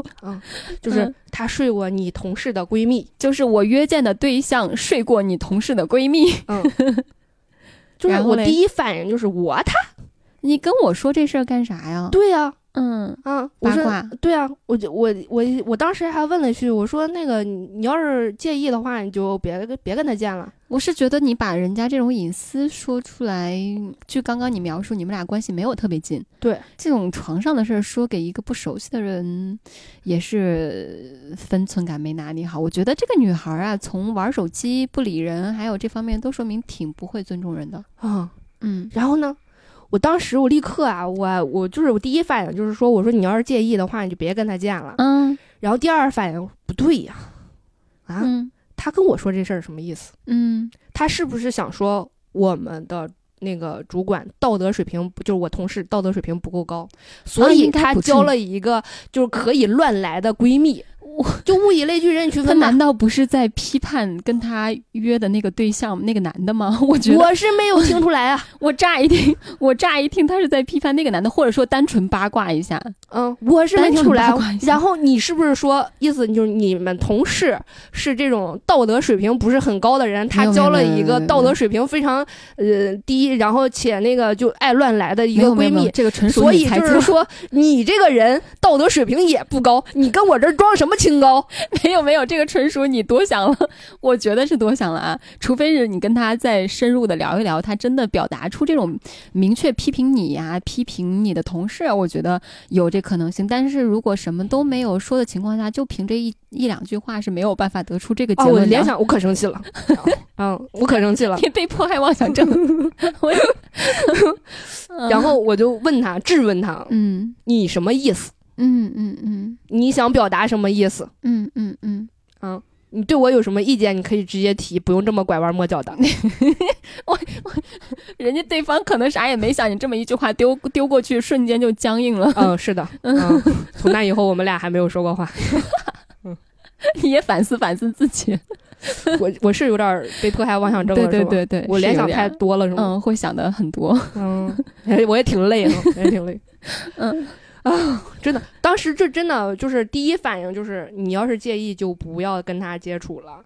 [SPEAKER 3] 就是
[SPEAKER 2] 嗯
[SPEAKER 3] 他睡过你同事的闺蜜，
[SPEAKER 2] 就是我约见的对象睡过你同事的闺蜜。
[SPEAKER 3] 嗯。就是
[SPEAKER 2] 然后
[SPEAKER 3] 我
[SPEAKER 2] 嘞
[SPEAKER 3] 第一反应就是我他
[SPEAKER 2] 你跟我说这事儿干啥呀？
[SPEAKER 3] 对呀
[SPEAKER 2] 嗯，
[SPEAKER 3] 啊，啊我
[SPEAKER 2] 八
[SPEAKER 3] 说
[SPEAKER 2] 卦。
[SPEAKER 3] 对啊，我就我我我当时还问了一句，我说那个你你要是介意的话，你就别跟别跟他见了。
[SPEAKER 2] 我是觉得你把人家这种隐私说出来，据刚刚你描述，你们俩关系没有特别近。
[SPEAKER 3] 对，
[SPEAKER 2] 这种床上的事儿说给一个不熟悉的人，也是呃分寸感没拿捏好。我觉得这个女孩儿啊，从玩手机、不理人，还有这方面，都说明挺不会尊重人的。
[SPEAKER 3] 啊，
[SPEAKER 2] 嗯
[SPEAKER 3] 然后呢，我当时我立刻啊，我我就是我第一反应就是说，我说你要是介意的话，你就别跟他见了。
[SPEAKER 2] 嗯
[SPEAKER 3] 然后第二反应不对呀、啊，
[SPEAKER 2] 嗯
[SPEAKER 3] 他跟我说这事儿什么意思？
[SPEAKER 2] 嗯
[SPEAKER 3] 他是不是想说我们的？那个主管道德水平不就是我同事道德水平不够高，所
[SPEAKER 2] 啊
[SPEAKER 3] 以
[SPEAKER 2] 应该
[SPEAKER 3] 他
[SPEAKER 2] 不至
[SPEAKER 3] 交
[SPEAKER 2] 于
[SPEAKER 3] 了一个就是可以乱来的闺蜜。就物以类聚，人以群
[SPEAKER 2] 他
[SPEAKER 3] 分嘛
[SPEAKER 2] 难。道不是在批判跟他约的那个对象那个男的吗？ 我觉得我
[SPEAKER 3] 我是没有听出来啊，
[SPEAKER 2] 乍一听， 我乍一听他是在批判那个男的，或者说单纯八卦一下。
[SPEAKER 3] 嗯，我是没听出来
[SPEAKER 2] 单纯八卦一。下
[SPEAKER 3] 然后你是不是说意思就是你们同事是这种道德水平不是很高的人，
[SPEAKER 2] 没
[SPEAKER 3] 他
[SPEAKER 2] 有
[SPEAKER 3] 交了
[SPEAKER 2] 没有没有
[SPEAKER 3] 一个
[SPEAKER 2] 没有
[SPEAKER 3] 道德水平非常呃低，然后且那个就爱乱来的一
[SPEAKER 2] 没
[SPEAKER 3] 个
[SPEAKER 2] 有没
[SPEAKER 3] 闺
[SPEAKER 2] 有没有
[SPEAKER 3] 蜜，
[SPEAKER 2] 这个纯属
[SPEAKER 3] 所
[SPEAKER 2] 你
[SPEAKER 3] 以
[SPEAKER 2] 猜
[SPEAKER 3] 就
[SPEAKER 2] 测
[SPEAKER 3] 是，嗯说，你这个人道德水平也不高，你跟我这儿装什么清高？
[SPEAKER 2] 没有没有这个纯属你多想了。 我觉得是多想了啊，除非是你跟他再深入的聊一聊，他真的表达出这种明确批评你呀、批评你的同事啊，我觉得有这可能性。但是如果什么都没有说的情况下，就凭这一一两句话是没有办法得出这个结
[SPEAKER 3] 啊，我
[SPEAKER 2] 论的。
[SPEAKER 3] 联想，我可生气 了，嗯，我可生气了。
[SPEAKER 2] 你被迫害妄想症，啊 我也
[SPEAKER 3] 然后我就问他，质问他，
[SPEAKER 2] 嗯
[SPEAKER 3] 你什么意思？
[SPEAKER 2] 嗯嗯嗯
[SPEAKER 3] 你想表达什么意思？
[SPEAKER 2] 嗯嗯嗯，
[SPEAKER 3] 你对我有什么意见？你可以直接提，不用这么拐弯抹角 的。
[SPEAKER 2] 人家对方可能啥也没想，你这么一句话丢丢过去，瞬间就僵硬了。
[SPEAKER 3] 嗯，是的， 嗯，从那以后我们俩还没有说过话。
[SPEAKER 2] 你也反思反思自己，
[SPEAKER 3] 我我是有点儿被迫害妄想症了，
[SPEAKER 2] 对对
[SPEAKER 3] 是吧，
[SPEAKER 2] 对对，
[SPEAKER 3] 我
[SPEAKER 2] 是
[SPEAKER 3] 联
[SPEAKER 2] 有
[SPEAKER 3] 想
[SPEAKER 2] 点
[SPEAKER 3] 太多了，是吗？
[SPEAKER 2] 嗯，会想的很多。
[SPEAKER 3] 嗯，哎我也挺累 的，我也挺累。
[SPEAKER 2] 嗯
[SPEAKER 3] 啊，真的，当时这真的就是第一反应就是，你要是介意就不要跟他接触了。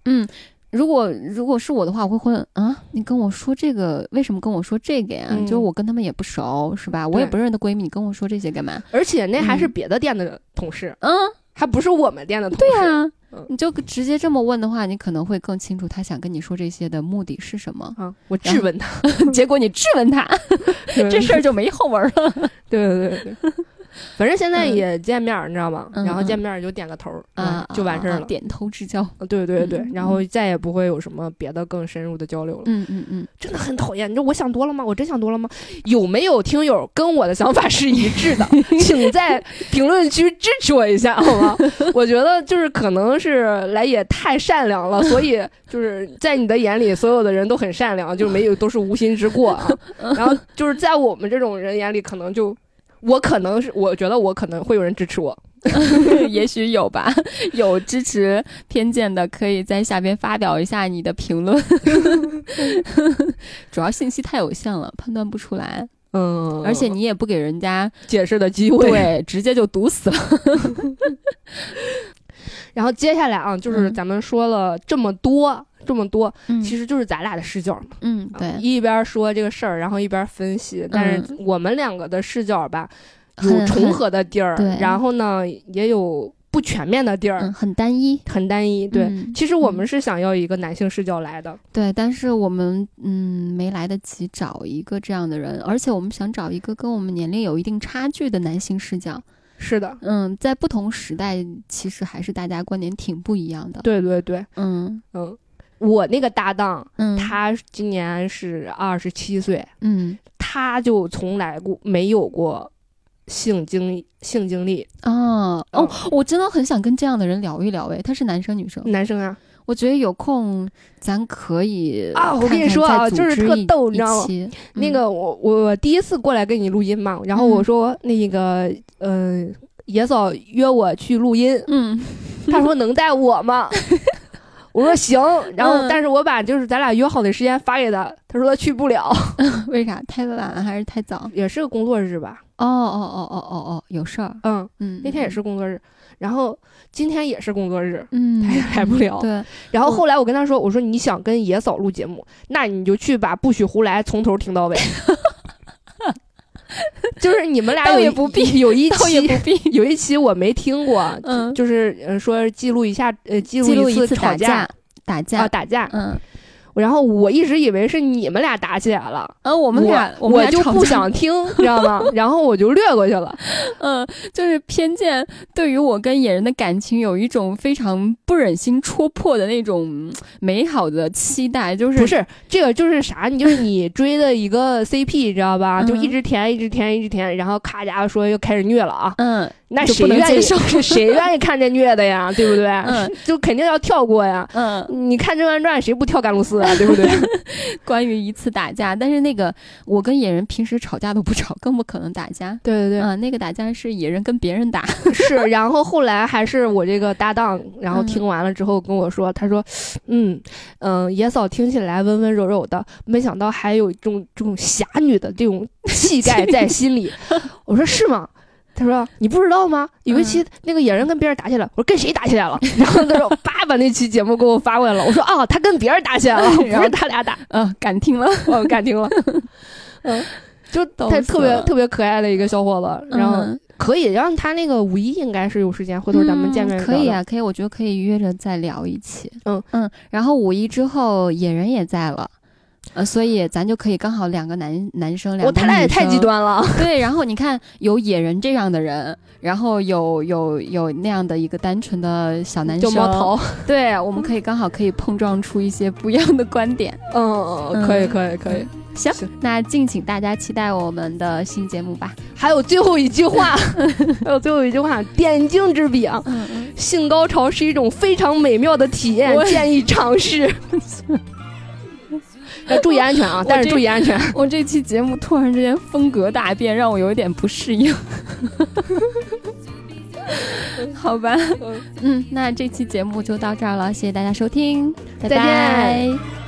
[SPEAKER 2] 如果如果是我的话，我会问啊，你跟我说这个，为什么跟我说这个呀？
[SPEAKER 3] 嗯
[SPEAKER 2] 就是我跟他们也不熟，是吧？我也不认得闺蜜，你跟我说这些干嘛？
[SPEAKER 3] 而且那还是
[SPEAKER 2] 嗯
[SPEAKER 3] 别的店的同事，
[SPEAKER 2] 嗯，
[SPEAKER 3] 还不是我们店的同
[SPEAKER 2] 对
[SPEAKER 3] 事。
[SPEAKER 2] 啊，
[SPEAKER 3] 嗯
[SPEAKER 2] 你就直接这么问的话，你可能会更清楚他想跟你说这些的目的是 什么。
[SPEAKER 3] 啊，我质问他，
[SPEAKER 2] 结果你质问他，
[SPEAKER 3] 嗯
[SPEAKER 2] 这事儿就没后文了。
[SPEAKER 3] 对对对对。反正现在
[SPEAKER 2] 嗯
[SPEAKER 3] 也见面儿，你知道吗？
[SPEAKER 2] 嗯
[SPEAKER 3] 然后
[SPEAKER 2] 嗯
[SPEAKER 3] 见面儿就点个头儿，
[SPEAKER 2] 啊，
[SPEAKER 3] 嗯就完事
[SPEAKER 2] 啊
[SPEAKER 3] 儿
[SPEAKER 2] 啊
[SPEAKER 3] 了。
[SPEAKER 2] 点头之交。
[SPEAKER 3] 对对对
[SPEAKER 2] 嗯，
[SPEAKER 3] 然后再也不会有什么别的更深入的交流了。
[SPEAKER 2] 嗯嗯嗯，
[SPEAKER 3] 真的很讨厌。你说我想多了吗？我真想多了吗？有没有听友跟我的想法是一致的？请在评论区支持我一下，好吗？我觉得就是可能是来也太善良了，所以就是在你的眼里，所有的人都很善良，就是没有都是无心之过啊。然后就是在我们这种人眼里，可能就我可能是我觉得我可能会有人支持我。
[SPEAKER 2] 也许有吧， 有支持偏见的，可以在下边发表一下你的评论。 主要信息太有限了，判断不出来，
[SPEAKER 3] 嗯
[SPEAKER 2] 而且你也不给人家
[SPEAKER 3] 解释的机会。
[SPEAKER 2] 对，直接就堵死了。
[SPEAKER 3] 然后接下来啊，就是
[SPEAKER 2] 嗯
[SPEAKER 3] 咱们说了这么多，这么多，
[SPEAKER 2] 嗯
[SPEAKER 3] 其实就是咱俩的视角嘛。
[SPEAKER 2] 嗯，
[SPEAKER 3] 啊
[SPEAKER 2] 对，嗯
[SPEAKER 3] 一边说这个事儿，然后一边分析。但是我们两个的视角吧，有
[SPEAKER 2] 很
[SPEAKER 3] 重，合的地儿
[SPEAKER 2] 很，对
[SPEAKER 3] 然后呢也有不全面的地儿，
[SPEAKER 2] 很嗯，很单一。
[SPEAKER 3] 很单一。对，
[SPEAKER 2] 嗯
[SPEAKER 3] 其实我们是想要一个男性视角来的，
[SPEAKER 2] 对，但是我们嗯没来得及找一个这样的人，而且我们想找一个跟我们年龄有一定差距的男性视角。
[SPEAKER 3] 是的，
[SPEAKER 2] 嗯，在不同时代，其实还是大家观点挺不一样的。
[SPEAKER 3] 对对对，
[SPEAKER 2] 嗯
[SPEAKER 3] 嗯。我那个搭档，
[SPEAKER 2] 嗯，
[SPEAKER 3] 他今年是二十七岁，
[SPEAKER 2] 嗯
[SPEAKER 3] 他就从来过没有过性经性经历，
[SPEAKER 2] 哦哦
[SPEAKER 3] 嗯，
[SPEAKER 2] 我真的很想跟这样的人聊一聊诶，他是男生女生？
[SPEAKER 3] 男生啊，
[SPEAKER 2] 我觉得有空咱可以
[SPEAKER 3] 啊我跟
[SPEAKER 2] 看
[SPEAKER 3] 你
[SPEAKER 2] 看
[SPEAKER 3] 说啊
[SPEAKER 2] 再组
[SPEAKER 3] 就是
[SPEAKER 2] 织
[SPEAKER 3] 特
[SPEAKER 2] 一
[SPEAKER 3] 逗
[SPEAKER 2] 一
[SPEAKER 3] 你知道吗
[SPEAKER 2] 期
[SPEAKER 3] 那
[SPEAKER 2] 嗯
[SPEAKER 3] 个我我第一次过来跟你录音嘛，然后
[SPEAKER 2] 嗯
[SPEAKER 3] 我说那个呃野嫂约我去录音，
[SPEAKER 2] 嗯
[SPEAKER 3] 她说能带我吗？ 我说行，然后
[SPEAKER 2] 嗯
[SPEAKER 3] 但是我把就是咱俩约好的时间发给她，她说她去不 了，
[SPEAKER 2] 为啥太晚还是太早？
[SPEAKER 3] 也是个工作日吧？
[SPEAKER 2] 哦哦哦哦哦哦，有事儿。
[SPEAKER 3] 嗯，
[SPEAKER 2] 嗯，
[SPEAKER 3] 那天也是工作日，然后今天也是工作日。
[SPEAKER 2] 嗯，
[SPEAKER 3] 她也来不了。
[SPEAKER 2] 对，
[SPEAKER 3] 然后后来我跟她说：“我说你想跟野嫂录节目，那你就去把《不许胡来》从头听到 尾。就是你们俩
[SPEAKER 2] 倒
[SPEAKER 3] 有
[SPEAKER 2] 也
[SPEAKER 3] 一
[SPEAKER 2] 不必
[SPEAKER 3] 有一期
[SPEAKER 2] 倒也不必。
[SPEAKER 3] 有一期我没听过，
[SPEAKER 2] 嗯，
[SPEAKER 3] 就是呃说记录一下，呃，记
[SPEAKER 2] 记录
[SPEAKER 3] 一次
[SPEAKER 2] 次
[SPEAKER 3] 吵
[SPEAKER 2] 打
[SPEAKER 3] 架
[SPEAKER 2] 架，打
[SPEAKER 3] 啊
[SPEAKER 2] 架。
[SPEAKER 3] 打架。
[SPEAKER 2] 嗯，
[SPEAKER 3] 然后我一直以为是你们俩打起来了，
[SPEAKER 2] 呃，我
[SPEAKER 3] 我
[SPEAKER 2] 们俩
[SPEAKER 3] 我
[SPEAKER 2] 们俩
[SPEAKER 3] 就
[SPEAKER 2] 吵
[SPEAKER 3] 不
[SPEAKER 2] 架
[SPEAKER 3] 想听，知道吗？ 然后我就略过去了。
[SPEAKER 2] 嗯，就是偏见对于我跟野人的感情有一种非常不忍心戳破的那种嗯美好的期待，就是
[SPEAKER 3] 不是这个就是啥？你就是你追的一个 CP，知道吧？就
[SPEAKER 2] 嗯
[SPEAKER 3] 一直甜，一直甜，一直甜，然后咔家伙说又开始虐了啊！
[SPEAKER 2] 嗯，
[SPEAKER 3] 那
[SPEAKER 2] 就
[SPEAKER 3] 谁
[SPEAKER 2] 不能
[SPEAKER 3] 愿意
[SPEAKER 2] 接受
[SPEAKER 3] 谁愿意看这虐的呀？对不对？
[SPEAKER 2] 嗯
[SPEAKER 3] 就肯定要跳过呀。
[SPEAKER 2] 嗯，
[SPEAKER 3] 你看《甄嬛传》，谁不跳甘露寺啊？对不 对？
[SPEAKER 2] 关于一次打架，但是那个我跟野人平时吵架都不吵，更不可能打架。
[SPEAKER 3] 对对
[SPEAKER 2] 嗯、那个打架是野人跟别人打，
[SPEAKER 3] 对，是。 然后后来还是我这个搭档，然后
[SPEAKER 2] 嗯
[SPEAKER 3] 听完了之后跟我说，他说：“嗯嗯、野嫂听起来温温柔柔的，没想到还有这种这种侠女的这种 气概在心里。”我说：“是吗？”他说：“你不知道吗？有一
[SPEAKER 2] 嗯
[SPEAKER 3] 期那个野人跟别人打起来，我说跟谁打起来了？ 然后他说：‘爸把那期节目给我发过来了。’我说：‘啊，他跟别人打起来 了，不
[SPEAKER 2] 然后
[SPEAKER 3] 是他俩打。’
[SPEAKER 2] 嗯、敢听了，
[SPEAKER 3] 我敢听哦了，嗯，就
[SPEAKER 2] 逗
[SPEAKER 3] 他
[SPEAKER 2] 死
[SPEAKER 3] 特别
[SPEAKER 2] 了
[SPEAKER 3] 特别可爱的一个小伙子，然后
[SPEAKER 2] 嗯
[SPEAKER 3] 可以让他那个五一应该是有时间，回头咱们见面
[SPEAKER 2] 嗯
[SPEAKER 3] 聊
[SPEAKER 2] 可以
[SPEAKER 3] 聊，
[SPEAKER 2] 啊，可以，我觉得可以约着再聊一期。
[SPEAKER 3] 嗯
[SPEAKER 2] 嗯，然后五一之后野人也在了，呃，所以咱就可以刚好两个男男生，两
[SPEAKER 3] 我
[SPEAKER 2] 个
[SPEAKER 3] 他俩也
[SPEAKER 2] 女
[SPEAKER 3] 太极
[SPEAKER 2] 生。
[SPEAKER 3] 端了，
[SPEAKER 2] 对，然后你看有野人这样的人，然后有有有那样的一个单纯的小男
[SPEAKER 3] 就
[SPEAKER 2] 生，
[SPEAKER 3] 猫 头，
[SPEAKER 2] 对，我们可以刚好可以碰撞出一些不一样的观点。
[SPEAKER 3] 嗯，嗯可以可以可以。
[SPEAKER 2] 行，
[SPEAKER 3] 行
[SPEAKER 2] 那敬请大家期待我们的新节目吧。
[SPEAKER 3] 还有最后一句 话，还有最后一句话，点睛之笔啊！
[SPEAKER 2] 嗯嗯，
[SPEAKER 3] 性高潮是一种非常美妙的体验
[SPEAKER 2] 我，
[SPEAKER 3] 建议尝试。 要注意安全啊！但是
[SPEAKER 2] 这
[SPEAKER 3] 注意安全。
[SPEAKER 2] 我这期节目突然之间风格大变，让我有一点不适应。好吧，嗯，那这期节目就到这儿了，谢谢大家收听，
[SPEAKER 3] 再
[SPEAKER 2] 拜
[SPEAKER 3] 见
[SPEAKER 2] 拜。